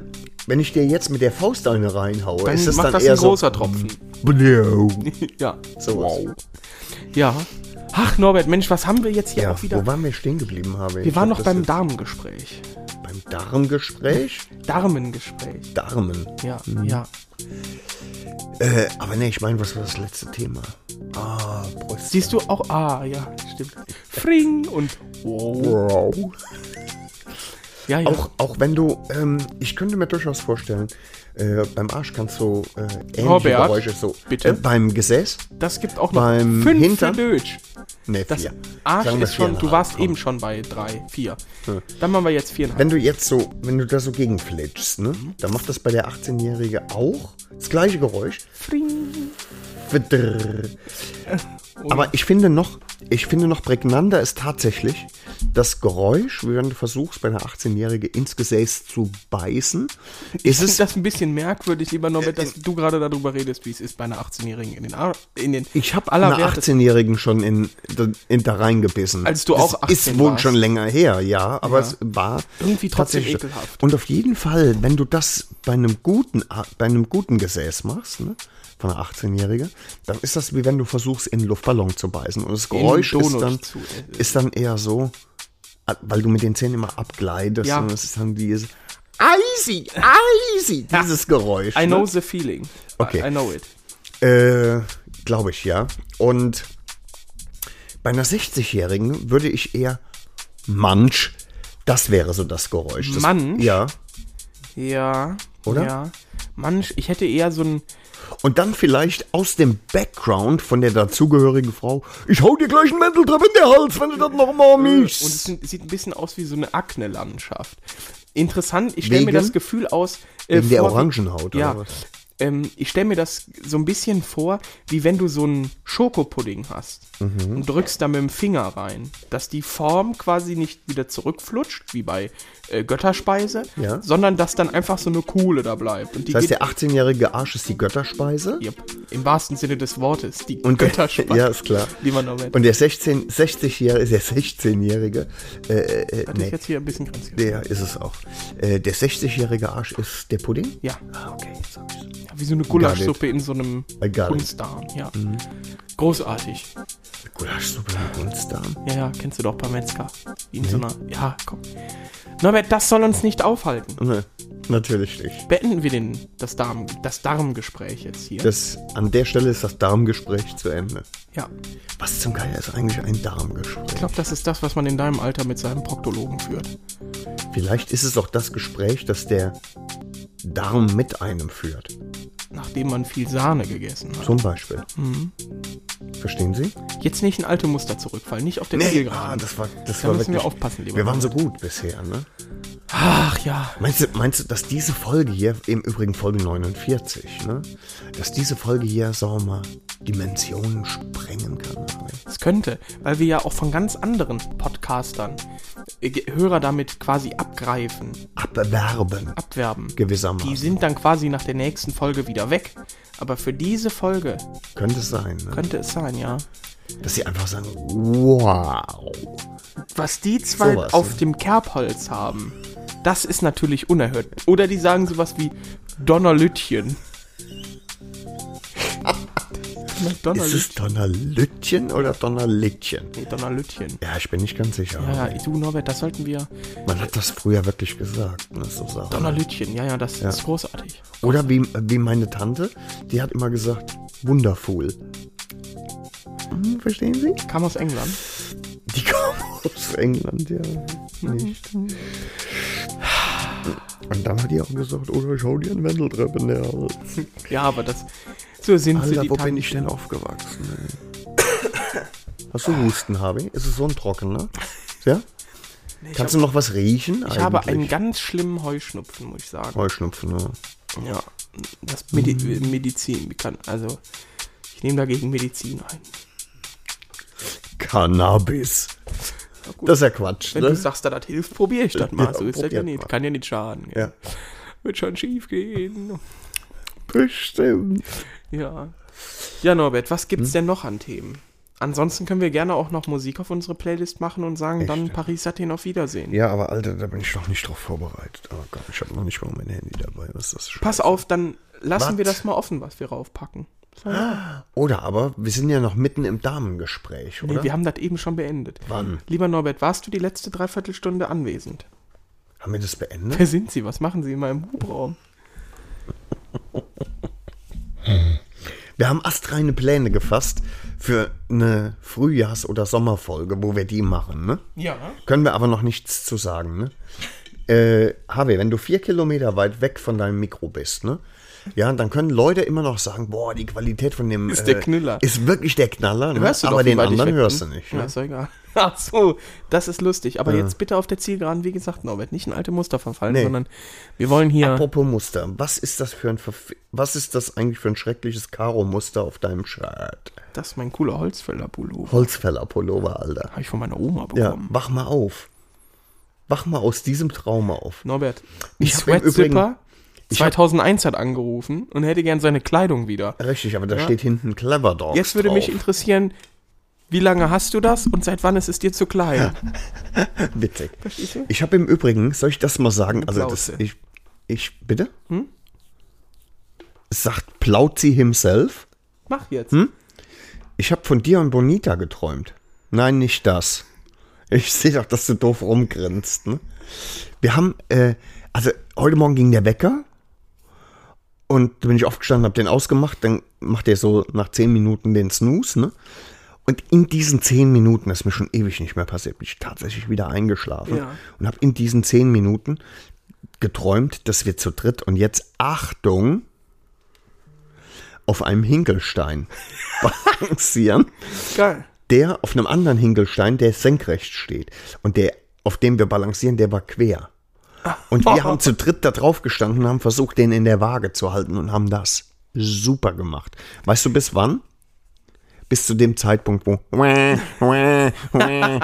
S3: wenn ich dir jetzt mit der Faust eine reinhaue,
S2: Dann
S3: ist das
S2: macht
S3: dann
S2: das
S3: eher
S2: ein großer
S3: so.
S2: Tropfen.
S3: Blau.
S2: ja.
S3: So wow.
S2: Ja. Ach, Norbert, Mensch, was haben wir jetzt hier
S3: Ja,
S2: auch wieder?
S3: wo waren wir stehen geblieben, habe
S2: wir waren noch beim
S3: Darm.
S2: Damengespräch.
S3: Beim Darmgespräch?
S2: Darmengespräch.
S3: Darmen.
S2: Ja, ja.
S3: Äh, aber nee, ich meine, was war das letzte Thema? Ah, Brust.
S2: Siehst du auch? Ah, ja, stimmt. Fring und wow.
S3: Wow.
S2: Ja, ja.
S3: Auch, auch wenn du, ähm, ich könnte mir durchaus vorstellen, äh, beim Arsch kannst du äh, ähnliche
S2: Norbert,
S3: Geräusche so.
S2: bitte?
S3: Äh, beim Gesäß?
S2: das gibt auch noch
S3: beim
S2: fünf
S3: Hintern?
S2: Lötsch.
S3: Ne,
S2: Das
S3: vier.
S2: Arsch
S3: Sagen wir
S2: ist schon,
S3: viereinhalb,
S2: du warst
S3: komm.
S2: eben schon bei drei, vier. Dann machen wir jetzt viereinhalb.
S3: Wenn du jetzt so, wenn du da so gegenflitschst, ne, dann macht das bei der 18-Jährige auch das gleiche Geräusch.
S2: Fring.
S3: Widrrr. Aber ich finde noch, ich finde noch prägnanter ist tatsächlich das Geräusch, wenn du versuchst, bei einer 18-Jährige ins Gesäß zu beißen, ist Äh,
S2: Ich
S3: es
S2: finde das ein bisschen merkwürdig, lieber Norbert, dass du gerade darüber redest, wie es ist bei einer 18-Jährigen in den Ar in den
S3: Ich habe
S2: aller
S3: einer
S2: Werte-
S3: 18-Jährigen schon in, in da reingebissen.
S2: Als du auch 18
S3: das ist wohl
S2: warst.
S3: schon länger her, ja, aber es war
S2: Irgendwie trotzdem
S3: tatsächlich-
S2: ekelhaft.
S3: Und auf jeden Fall, wenn du das bei einem guten Ar- bei einem guten Gesäß machst, ne, von einer 18-Jährigen, dann ist das wie wenn du versuchst in einen Luftballon zu beißen und das
S2: einen
S3: Geräusch ist
S2: Donut
S3: dann
S2: zu äh, essen.
S3: ist dann eher so, ah, weil du mit den Zähnen immer abgleitest
S2: Ja.
S3: und es ist dann dieses Easy, easy, dieses Geräusch.
S2: I
S3: ne?
S2: know the feeling.
S3: Okay.
S2: I know it.
S3: Äh, glaube ich, ja. Und bei einer 60-Jährigen würde ich eher Mansch, das wäre so das Geräusch. Das,
S2: Mansch?
S3: Ja.
S2: Ja.
S3: Oder?
S2: Ja. Mann, ich hätte eher so ein.
S3: Und dann vielleicht aus dem Background von der dazugehörigen Frau, ich hau dir gleich einen Mäntel drauf in den Hals, wenn du das noch mal
S2: Äh, Und
S3: mischst.
S2: es sind- sieht ein bisschen aus wie so eine Akne-Landschaft. Interessant, ich stelle mir
S3: Wegen?
S2: das Gefühl aus. Äh,
S3: Wegen der
S2: vor-
S3: Orangenhaut
S2: Ja.
S3: oder was?
S2: Ähm, ich stelle mir das so ein bisschen vor, wie wenn du so einen Schokopudding hast
S3: Mhm.
S2: und drückst da mit dem Finger rein, dass die Form quasi nicht wieder zurückflutscht, wie bei äh, Götterspeise,
S3: Ja.
S2: sondern dass dann einfach so eine Kuhle da bleibt. Und die
S3: Das heißt,
S2: geht-
S3: der 18-jährige Arsch ist die Götterspeise.
S2: Yep, Im wahrsten Sinne des Wortes, die
S3: Und der-
S2: Götterspeise.
S3: Ja, ist klar.
S2: Lieber Norbert.
S3: Und der 16, 60-jährige, der 16-jährige, äh, äh,
S2: Hatte ich
S3: nee,
S2: jetzt hier ein bisschen ganz
S3: der ist es auch. Äh, der 60-jährige Arsch ist der Pudding?
S2: Ja,
S3: Ah, okay, jetzt hab ich's.
S2: ja, wie so eine Gulaschsuppe in so einem
S3: I got it.
S2: Kunstdarm. Ja.
S3: Mhm.
S2: Großartig.
S3: Gulaschsuppe mit Kunstdarm.
S2: Ja, ja, kennst du doch beim Metzger. Wie in so einer. Ja, komm. Norbert, das soll uns nicht aufhalten.
S3: Ne, natürlich nicht.
S2: Beenden wir den, das, Darm, das Darmgespräch jetzt hier.
S3: Das, an der Stelle ist das Darmgespräch zu Ende.
S2: ja.
S3: Was zum Geier ist eigentlich ein Darmgespräch?
S2: Ich glaube, das ist das, was man in deinem Alter mit seinem Proktologen führt.
S3: Vielleicht ist es auch das Gespräch, das der Darm mit einem führt.
S2: Nachdem man viel Sahne gegessen hat.
S3: Zum Beispiel. Verstehen Sie?
S2: Jetzt nicht in alte Muster zurückfallen, nicht auf den
S3: ah, das war, das
S2: Da
S3: war
S2: müssen wir
S3: wirklich,
S2: aufpassen, lieber
S3: Wir waren so gut bisher, ne?
S2: Ach ja.
S3: Meinst du, meinst du, dass diese Folge hier, im Übrigen Folge 49, ne? Dass diese Folge hier, sagen wir mal, Dimensionen sprengen kann? ne?
S2: Es könnte, weil wir ja auch von ganz anderen Podcastern äh, Ge- Hörer damit quasi abgreifen,
S3: Abwerben.
S2: abwerben.
S3: Gewissermaßen.
S2: Die sind dann quasi nach der nächsten Folge wieder weg. Aber für diese Folge
S3: Könnte es sein, ne?
S2: könnte es sein, ja.
S3: dass sie einfach sagen, wow.
S2: Was die zwei
S3: Sowas,
S2: auf
S3: ne?
S2: dem Kerbholz haben, das ist natürlich unerhört. Oder die sagen sowas wie Donnerlütchen.
S3: Ist es
S2: Donnerlütchen.
S3: Donnerlütchen oder Donnerlittchen?
S2: Nee, Donnerlütchen.
S3: Ja, ich bin nicht ganz sicher.
S2: Ja, ja, du Norbert, das sollten wir.
S3: Man hat das früher wirklich gesagt. Ne, so Sachen.
S2: Donnerlütchen, ja, ja, das ist großartig.
S3: Oder wie, wie meine Tante, die hat immer gesagt, wundervoll. Hm, verstehen Sie?
S2: Kam aus England.
S3: Die kam aus England, ja. Nicht. Und dann hat die auch gesagt, oder schau dir einen Wendel drin in der Hand.
S2: Ja, aber das. So sind sie
S3: Alter,
S2: die
S3: wo bin
S2: Tanten.
S3: ich denn aufgewachsen? ey? Hast du Husten, Harvey? Ist es so ein trockener? Ja? Kannst du noch was riechen?
S2: Ich habe einen ganz schlimmen Heuschnupfen, muss ich sagen.
S3: Heuschnupfen, ne? ja.
S2: Ja. Das Medi Medizin kann. Also, ich nehme dagegen Medizin ein.
S3: Cannabis.
S2: gut.
S3: Das ist ja Quatsch,
S2: Wenn
S3: ne?
S2: du sagst, da das hilft, probier ich das mal.
S3: Ja,
S2: so ist das
S3: probier
S2: ja
S3: mal.
S2: nicht. Kann ja nicht schaden.
S3: Ja.
S2: Wird schon schief gehen.
S3: Bestimmt.
S2: Ja. Ja, Norbert, was
S3: Hm?
S2: gibt's denn noch an Themen? Ansonsten können wir gerne auch noch Musik auf unsere Playlist machen und sagen dann Paris Athen auf Wiedersehen.
S3: Ja, aber Alter, da bin ich noch nicht drauf vorbereitet. Aber Gott, ich habe noch nicht mal mein Handy dabei. Was ist das? für-
S2: Pass auf, dann lassen
S3: Was?
S2: wir das mal offen, was wir raufpacken.
S3: Oder aber, wir sind ja noch mitten im Damengespräch, oder?
S2: Nee, wir haben das eben schon beendet.
S3: Wann?
S2: Lieber Norbert, warst du die letzte Dreiviertelstunde anwesend?
S3: haben wir das beendet?
S2: Wer sind Sie? Was machen Sie in meinem Hubraum?
S3: Wir haben astreine Pläne gefasst für eine Frühjahrs- oder Sommerfolge, wo wir die machen, ne?
S2: Ja.
S3: Können wir aber noch nichts zu sagen, ne? Äh, Harvey, wenn du vier Kilometer weit weg von deinem Mikro bist, ne? Ja, dann können Leute immer noch sagen, boah, die Qualität von dem äh,
S2: Ist der Knüller.
S3: ist wirklich der Knaller, ne?
S2: Hörst du
S3: aber
S2: doch, wie
S3: den
S2: weit ich
S3: anderen
S2: weg
S3: hörst du
S2: bin.
S3: nicht.
S2: Ja,
S3: Ne?
S2: ist doch egal. Ach so, das ist lustig. Aber jetzt bitte auf der Zielgeraden, wie gesagt, Norbert, nicht in alte Muster verfallen,
S3: Nee.
S2: sondern wir wollen hier.
S3: Apropos Muster, was ist das für ein Verf was ist das eigentlich für ein schreckliches Karo Muster auf deinem Shirt?
S2: Das ist mein cooler Holzfäller-Pullover.
S3: Holzfäller Pullover, Alter.
S2: Habe ich von meiner Oma
S3: Ja,
S2: bekommen.
S3: wach mal auf. Wach mal aus diesem Traum auf.
S2: Norbert,
S3: Ich hab im
S2: Sweat
S3: Übrigen-
S2: Zipper
S3: hab-
S2: 2001 hat angerufen und hätte gern seine Kleidung wieder.
S3: Richtig, aber da steht hinten Clever Dogs
S2: Jetzt würde
S3: drauf.
S2: mich interessieren, wie lange hast du das und seit wann ist es dir zu klein?
S3: Witzig.
S2: Verstehst du?
S3: Ich habe im Übrigen, soll ich das mal sagen? Also das,
S2: Plauze. Hm?
S3: ich, ich, bitte? Sagt Plauzi himself?
S2: Mach jetzt.
S3: Hm? Ich habe von Dion Bonita geträumt. Nein, nicht das. Ich sehe doch, dass du doof rumgrinst. Ne? Wir haben, äh, also heute Morgen ging der Wecker und da bin ich aufgestanden, habe den ausgemacht. Dann macht er so nach 10 Minuten den Snooze. Ne? Und in diesen 10 Minuten, das ist mir schon ewig nicht mehr passiert, bin ich tatsächlich wieder eingeschlafen
S2: Ja.
S3: und habe in diesen 10 Minuten geträumt, dass wir zu dritt und jetzt Achtung auf einem Hinkelstein balancieren
S2: Geil.
S3: der auf einem anderen Hinkelstein, der senkrecht steht. Und der, auf dem wir balancieren, der war quer. Und wir haben zu dritt da drauf gestanden und haben versucht, den in der Waage zu halten und haben das super gemacht. Weißt du, bis wann? Bis zu dem Zeitpunkt, wo. Was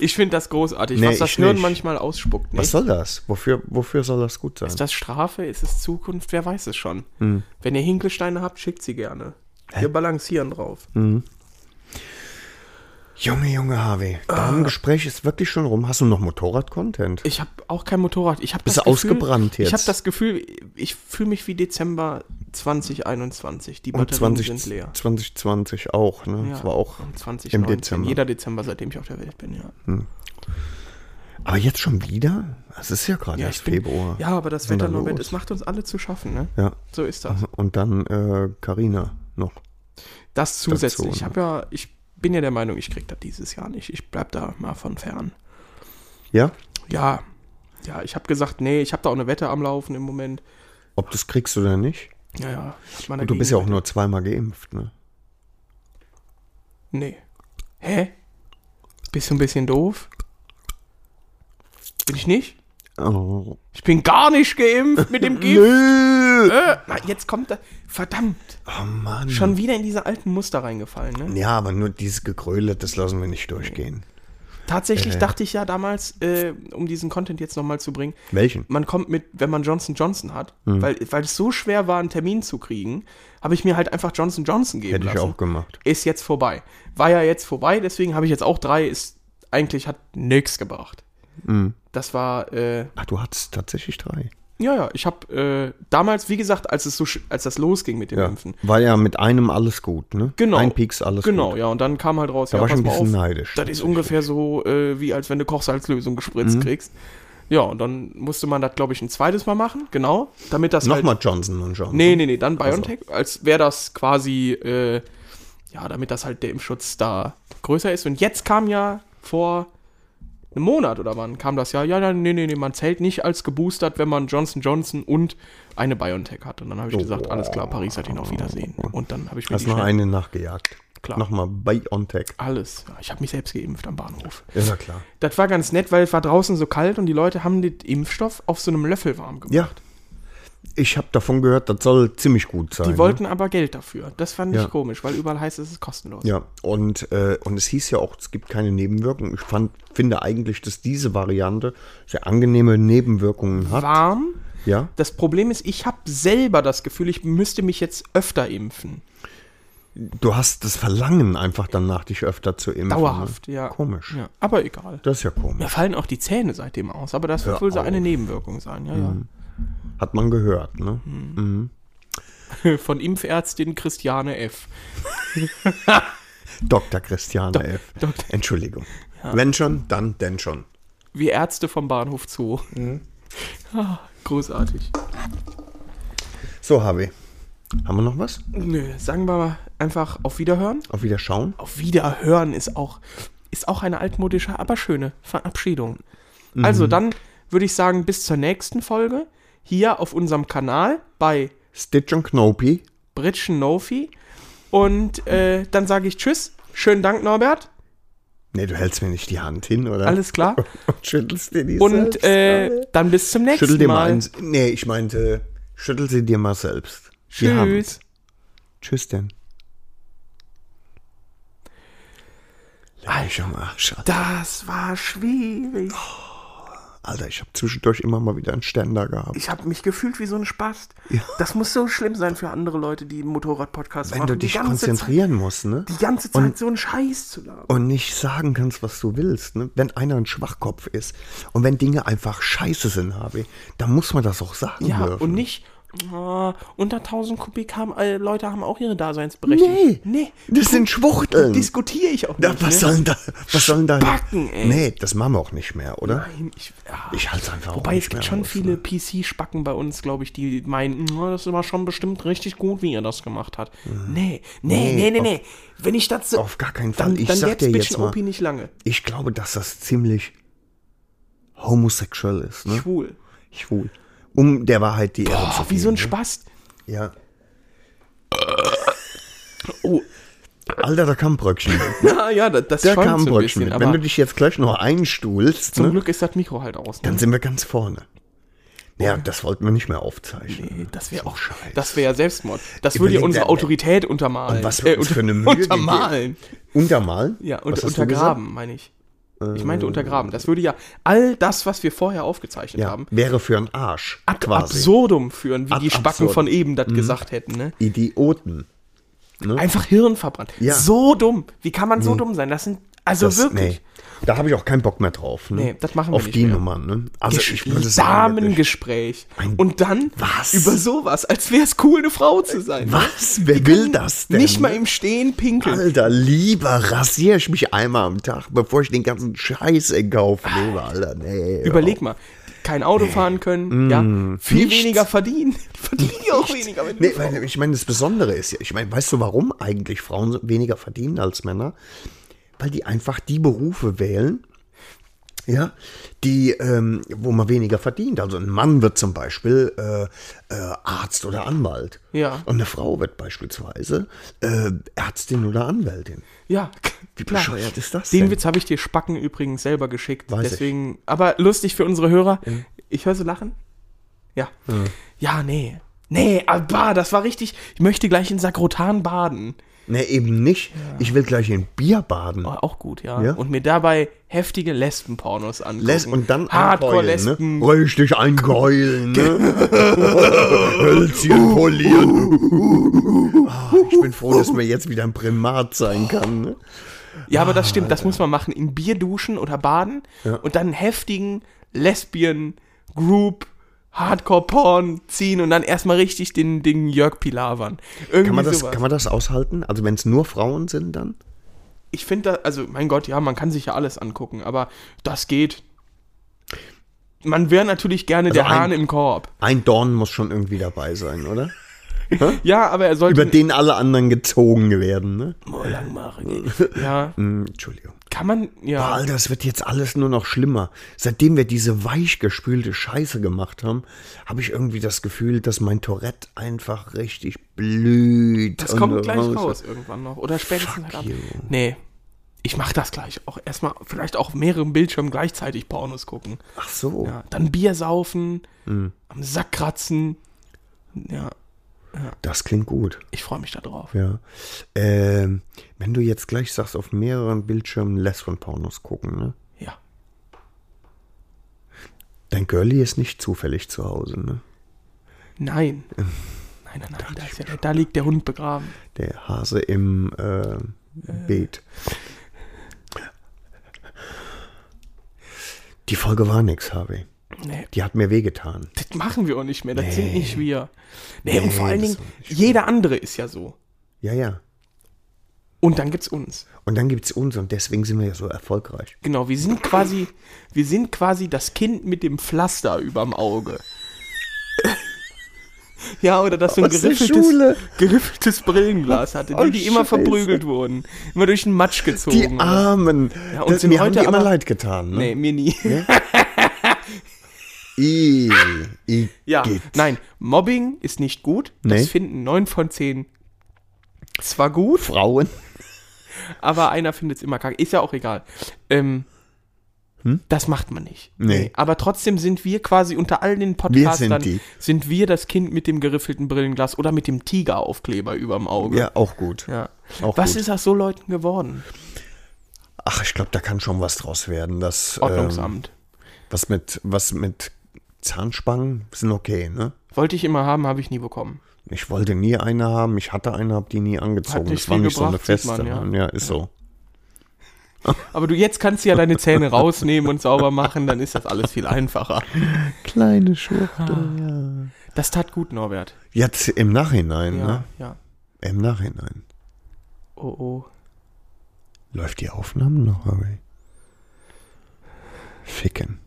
S2: Ich finde das großartig,
S3: Nee,
S2: was das
S3: ich
S2: Hirn
S3: nicht.
S2: manchmal ausspuckt. Nicht?
S3: soll das? Wofür, wofür soll das gut sein?
S2: Ist das Strafe? Ist es Zukunft? Wer weiß es schon.
S3: Hm.
S2: Wenn ihr Hinkelsteine habt, schickt sie gerne. Wir balancieren drauf.
S3: Hm. Junge, Junge, Harvey. Dein Gespräch ist wirklich schon rum. Hast du noch Motorrad-Content?
S2: Ah. Ich habe auch kein Motorrad. Ich habe
S3: Bist
S2: das
S3: du
S2: Gefühl,
S3: ausgebrannt jetzt?
S2: Ich habe das Gefühl, ich fühle mich wie Dezember 2021. Die
S3: Und
S2: Batterien
S3: 20,
S2: sind leer.
S3: 2020 auch, ne?
S2: Ja,
S3: Das war auch
S2: um
S3: im
S2: 2019.
S3: Dezember.
S2: Jeder Dezember, seitdem ich auf der Welt bin, ja.
S3: Aber jetzt schon wieder? Es ist ja gerade
S2: ja,
S3: erst
S2: ich bin,
S3: Februar.
S2: Ja, aber das
S3: Was ist
S2: Wetter,
S3: denn da
S2: Norbert,
S3: los? Also,
S2: es macht uns alle zu schaffen, ne?
S3: Ja.
S2: So ist das.
S3: Und dann äh, Carina noch.
S2: Das zusätzlich.
S3: Dazu,
S2: Ich habe ja, ich bin ja der Meinung, ich krieg das dieses Jahr nicht. Ich bleib da mal von fern.
S3: Ja?
S2: Ja. Ja, ich habe gesagt, nee, ich habe da auch eine Wette am Laufen im Moment.
S3: Ob du es kriegst oder nicht?
S2: Ja, ja. ich meine,
S3: Und du bist ja auch
S2: dagegen-
S3: nur zweimal geimpft, ne?
S2: Nee. Hä? Bist du ein bisschen doof? Bin ich nicht?
S3: Oh.
S2: Ich bin gar nicht geimpft mit dem Gift.
S3: Nö!
S2: Äh, na, jetzt kommt er. Verdammt.
S3: Oh Mann.
S2: Schon wieder in diese alten Muster reingefallen, ne?
S3: Ja, aber nur dieses Gegröle, das lassen wir nicht durchgehen.
S2: Tatsächlich dachte ich ja damals, äh, um diesen Content jetzt nochmal zu bringen,
S3: Welchen?
S2: man kommt mit, wenn man Johnson Johnson hat,
S3: Hm.
S2: weil, weil es so schwer war, einen Termin zu kriegen, habe ich mir halt einfach Johnson Johnson geben
S3: Hätte
S2: lassen.
S3: ich auch gemacht.
S2: Ist jetzt vorbei. War ja jetzt vorbei, deswegen habe ich jetzt auch drei. Ist eigentlich hat nichts gebracht.
S3: Mhm.
S2: Das war äh,
S3: Ach, du hattest tatsächlich drei.
S2: ja ja. Ich habe äh, damals, wie gesagt, als es so sch- als das losging mit dem Impfen,
S3: War ja mit einem alles gut, ne?
S2: Genau.
S3: Ein Pieks alles
S2: Genau,
S3: gut.
S2: ja. Und dann kam halt raus,
S3: Da
S2: ja,
S3: war ich
S2: pass
S3: ein
S2: mal
S3: bisschen
S2: auf,
S3: neidisch,
S2: Das ist ungefähr so, äh, wie als wenn du Kochsalzlösung
S3: Mhm.
S2: gespritzt kriegst. Ja, und dann musste man das, glaube ich, ein zweites Mal machen, genau, damit das halt...
S3: Nochmal Johnson und Johnson.
S2: Nee, nee, nee, dann BioNTech, als wäre das quasi, äh, ja, damit das halt der Impfschutz da größer ist. Und jetzt kam ja vor einem Monat oder wann kam das ja, ja, ja, nee, nee, nee, man zählt nicht als geboostert, wenn man Johnson Johnson und eine BioNTech hat. Und dann habe ich gesagt, alles klar, Paris hat ihn auf Wiedersehen. Und dann habe ich mir
S3: Oh. Hast
S2: die
S3: noch
S2: schnell-
S3: eine nachgejagt.
S2: Klar.
S3: Nochmal Biontech.
S2: alles. Ja, ich habe mich selbst geimpft am Bahnhof.
S3: Ist ja klar.
S2: Das war ganz nett, weil es war draußen so kalt und die Leute haben den Impfstoff auf so einem Löffel warm gemacht.
S3: Ja. Ich habe davon gehört, das soll ziemlich gut sein. ne?
S2: Die wollten aber Geld dafür. Das fand ich
S3: Mhm. Ja.
S2: komisch, weil überall heißt es, es ist kostenlos.
S3: Ne? Ja, und, äh, und es hieß ja auch, es gibt keine Nebenwirkungen. Ich fand, finde eigentlich, dass diese Variante sehr angenehme Nebenwirkungen hat.
S2: Warm.
S3: Ja.
S2: Das Problem ist, ich habe selber das Gefühl, ich müsste mich jetzt öfter impfen.
S3: Du hast das Verlangen einfach danach, dich öfter zu impfen.
S2: Dauerhaft,
S3: ne?
S2: ja.
S3: Komisch.
S2: Ja, aber egal.
S3: Das ist ja
S2: Mir
S3: komisch.
S2: fallen auch die Zähne seitdem aus, aber das wird
S3: Hör
S2: wohl so
S3: auf. Mhm.
S2: eine Nebenwirkung sein. Ja,
S3: Hat man gehört, ne?
S2: Hm. ja. Von Impfärztin Christiane F.
S3: Dr. Christiane F.
S2: Dok-
S3: Entschuldigung. Wenn schon, dann denn schon.
S2: Wir Ärzte vom Bahnhof
S3: Mhm.
S2: Zoo. Ah, großartig.
S3: So, Harvey. Haben wir noch was?
S2: Nö, sagen wir mal einfach auf Wiederhören.
S3: Auf Wiederschauen?
S2: Auf Wiederhören ist auch, ist auch eine altmodische, aber schöne Verabschiedung.
S3: Mhm.
S2: Also dann würde ich sagen, bis zur nächsten Folge hier auf unserem Kanal bei
S3: Stitch und Knopi.
S2: Britschen Nofi. Und äh, dann sage ich Tschüss. Schönen Dank, Norbert.
S3: Nee, du hältst mir nicht die Hand hin, oder?
S2: Alles klar.
S3: Und schüttelst dir die
S2: Und
S3: selbst,
S2: äh,
S3: Alter.
S2: dann bis zum nächsten
S3: Schüttel dir mal
S2: Mal.
S3: eins. Nee, ich meinte, schüttel sie dir mal selbst. Wir haben's.
S2: Tschüss.
S3: Tschüss denn. Alter, ich am Arsch. Alter.
S2: Das war schwierig.
S3: Alter, ich habe zwischendurch immer mal wieder einen Ständer gehabt.
S2: Ich habe mich gefühlt wie so ein Spast. Das muss so schlimm sein für andere Leute, die Motorrad-Podcasts
S3: Wenn
S2: machen.
S3: du
S2: die
S3: dich
S2: ganze
S3: konzentrieren musst, ne?
S2: Zeit, die ganze Zeit so einen Scheiß zu labern.
S3: und nicht sagen kannst, was du willst. Ne? Wenn einer ein Schwachkopf ist und wenn Dinge einfach scheiße sind, habe, dann muss man das auch sagen
S2: Ja,
S3: dürfen.
S2: und nicht ah, unter 1000 Kubik haben äh, Leute haben auch ihre Daseinsberechtigung.
S3: Nee.
S2: nee.
S3: das sind Schwuchteln.
S2: Diskutiere ich auch
S3: Da,
S2: nicht.
S3: was
S2: ne?
S3: sollen da? Was sollen da?
S2: Spacken, ey.
S3: Nee, das machen wir auch nicht mehr, oder?
S2: Nein, ich, ah.
S3: Ich halte es einfach auch
S2: Wobei
S3: nicht
S2: es gibt
S3: mehr
S2: schon
S3: aus,
S2: viele
S3: ne?
S2: PC-Spacken bei uns, glaube ich, die meinen, "Na, das war schon bestimmt richtig gut, wie ihr das gemacht habt. Nee, nee, nee,
S3: Mhm. Nee,
S2: nee, nee. Wenn ich das so.
S3: Auf gar keinen Fall.
S2: dann,
S3: ich
S2: dann
S3: sag
S2: gäb's
S3: dir jetzt
S2: Bitchen
S3: mal,
S2: OP nicht lange.
S3: ich glaube, dass das ziemlich homosexuell ist, ne?
S2: Schwul.
S3: Schwul. Um der Wahrheit die Ehre zu
S2: Oh, wie so ein
S3: geben,
S2: Spast.
S3: ne? Ja.
S2: Oh,
S3: Alter, da kam Bröckchen.
S2: na ja, das, das
S3: Da
S2: schäumt
S3: kam
S2: so ein
S3: Bröckchen.
S2: bisschen.
S3: Wenn
S2: Aber
S3: du dich jetzt gleich noch einstuhlst,
S2: zum
S3: ne?
S2: Glück ist das Mikro halt aus. Ne?
S3: Dann sind wir ganz vorne. Ja, das wollten wir nicht mehr aufzeichnen.
S2: Nee, das wäre auch
S3: scheiße.
S2: Das wäre ja Selbstmord. Das würde ja
S3: Überleg
S2: unsere
S3: mal.
S2: Autorität untermalen. Äh,
S3: Und was wir uns für eine Mühe
S2: untermalen.
S3: Untermalen?
S2: Ja, und
S3: Was hast du Äh,
S2: untergraben, meine ich. Ich meinte untergraben. Das würde ja all das, was wir vorher aufgezeichnet
S3: gesagt?
S2: haben,
S3: Ja, wäre für einen Arsch.
S2: ad absurdum führen, wie
S3: Ad
S2: die Spacken
S3: absurdum. Mhm.
S2: von eben das gesagt hätten. Ne?
S3: Idioten.
S2: Einfach Hirn verbrannt.
S3: Ja. Mhm.
S2: So dumm. Wie kann man so dumm sein? Das sind also
S3: Das,
S2: wirklich.
S3: nee, da habe ich auch keinen Bock mehr drauf. Ne?
S2: Nee, das machen wir
S3: Auf
S2: nicht
S3: die
S2: mehr.
S3: Nummer, ne? Also ich würde sagen, wirklich-
S2: Damengespräch.
S3: Mein-
S2: Und dann
S3: Was?
S2: über sowas, als wäre es cool, eine Frau zu sein.
S3: Was? Wer will das denn? ne? Also.
S2: Nicht mal im Stehen pinkeln.
S3: Alter, lieber rasiere ich mich einmal am Tag, bevor ich den ganzen Scheiß in Kauf nehme, Alter. Nee, hör
S2: Überleg mal, kein Auto fahren
S3: Mm,
S2: können, ja, viel
S3: nichts.
S2: weniger verdienen. Die verdienen ja auch weniger. wenn
S3: Nee,
S2: die-
S3: weil, ich meine, das Besondere ist ja, ich meine, weißt du, warum eigentlich Frauen so weniger verdienen als Männer? Weil die einfach die Berufe wählen, ja, die, ähm, wo man weniger verdient. Also ein Mann wird zum Beispiel äh, äh, Arzt oder Anwalt.
S2: Ja.
S3: Und eine Frau wird beispielsweise äh, Ärztin oder Anwältin.
S2: ja,
S3: Wie
S2: klar.
S3: bescheuert ist das?
S2: Den
S3: denn?
S2: Witz habe ich dir Spacken übrigens selber geschickt.
S3: Weiß ich.
S2: deswegen, aber lustig für unsere Hörer. Ich höre so lachen. Ja. Ja, nee. Nee, aber das war richtig. Ich möchte gleich in Sakrotan baden.
S3: Nee, eben nicht. Ich will gleich in Bier baden.
S2: War auch gut, ja.
S3: Ja.
S2: Und mir dabei heftige Lesbenpornos angucken.
S3: Les und dann
S2: Hardcore
S3: einkeulen,
S2: Lesben.
S3: Ne? Richtig einkeulen, ne? Hölzchen polieren. Ah, ich bin froh, dass man jetzt wieder ein Primat sein kann, ne?
S2: Ja, aber das
S3: Ah,
S2: stimmt, das muss man machen. In Bier duschen oder baden und dann einen heftigen Lesbian Group Hardcore Porn ziehen und dann erstmal richtig den, den Jörg Pilavern. Irgendwie
S3: Kann man, das,
S2: sowas.
S3: kann man das aushalten? Also wenn es nur Frauen sind dann?
S2: ich finde da, also mein Gott, ja, man kann sich ja alles angucken, aber das geht. Man wäre natürlich gerne der
S3: Also ein-
S2: Hahn im Korb.
S3: Ein Dorn muss schon irgendwie dabei sein, oder?
S2: Ja, aber er sollte.
S3: Über den alle anderen gezogen werden, ne?
S2: Oh, langmaarig. Ja,
S3: Hm, Entschuldigung.
S2: kann man, ja.
S3: Boah, Ah, Alter, es wird jetzt alles nur noch schlimmer. Seitdem wir diese weichgespülte Scheiße gemacht haben, habe ich irgendwie das Gefühl, dass mein Tourette einfach richtig blüht.
S2: Das
S3: und
S2: kommt gleich
S3: raus-
S2: raus irgendwann noch. Oder spätestens halt ab.
S3: you.
S2: Nee. Ich mach das gleich. Auch erstmal, vielleicht auch auf mehreren Bildschirmen gleichzeitig Pornos gucken.
S3: Ach so.
S2: Ja. Dann Bier saufen,
S3: Hm.
S2: am Sack kratzen. Ja,
S3: Das klingt gut.
S2: ich freue mich da drauf.
S3: Ja. Ähm, wenn du jetzt gleich sagst, auf mehreren Bildschirmen Lesben Pornos gucken, ne?
S2: Ja.
S3: Dein Girlie ist nicht zufällig zu Hause, ne?
S2: Nein. Nein, nein, nein. Da, ist ja, der- da liegt der Hund begraben.
S3: Der Hase im äh, Beet. Die Folge war nix, Harvey.
S2: Nee.
S3: Die hat mir wehgetan.
S2: Das machen wir auch nicht mehr. Das sind nicht wir. Nee, und vor
S3: Nee,
S2: allen
S3: das
S2: Dingen,
S3: ist auch
S2: jeder andere ist ja so.
S3: Ja, ja.
S2: Und dann gibt's uns.
S3: Und dann gibt's uns und deswegen sind wir ja so erfolgreich.
S2: Genau, wir sind quasi, wir sind quasi das Kind mit dem Pflaster überm Auge. Ja, oder dass so ein
S3: Aus der
S2: geriffeltes,
S3: Schule.
S2: geriffeltes Brillenglas hatte, die,
S3: Oh,
S2: die immer
S3: Scheiße.
S2: verprügelt wurden. Immer durch den Matsch gezogen.
S3: Die Armen.
S2: Ja,
S3: Ja,
S2: und
S3: und das,
S2: sind
S3: mir
S2: heute
S3: haben die immer
S2: aber-
S3: leid getan. Ne?
S2: nee, mir nie.
S3: I, I,
S2: Ja,
S3: geht.
S2: nein, Mobbing ist nicht gut.
S3: Nee.
S2: Das finden neun von zehn zwar gut,
S3: Frauen.
S2: aber einer findet es immer kacke. Ist ja auch egal. Ähm, Das macht man nicht.
S3: Hm? Nee.
S2: Aber trotzdem sind wir quasi unter all den Podcastern,
S3: die.
S2: sind wir das Kind mit dem geriffelten Brillenglas oder mit dem Tigeraufkleber überm Auge.
S3: Ja, auch gut.
S2: Ja.
S3: Auch
S2: Was
S3: gut. Ähm.
S2: ist aus so Leuten geworden?
S3: Ach, ich glaube, da kann schon was draus werden. Das, ähm,
S2: Ordnungsamt.
S3: was mit, was mit Zahnspangen sind okay, ne?
S2: Wollte ich immer haben, habe ich nie bekommen.
S3: Ich wollte nie eine haben, ich hatte eine, hab die nie angezogen.
S2: Hat nicht
S3: Das war
S2: viel
S3: nicht so eine
S2: gebracht, sieht man,
S3: feste.
S2: ja.
S3: ja. ist so.
S2: Aber du jetzt kannst du ja deine Zähne rausnehmen und sauber machen, dann ist das alles viel einfacher.
S3: Kleine Schurke.
S2: Das tat gut, Norbert.
S3: Jetzt im Nachhinein,
S2: Ah. Ja,
S3: ne?
S2: ja.
S3: Im Nachhinein.
S2: Oh, oh.
S3: Läuft die Aufnahme noch, Harry? Ficken.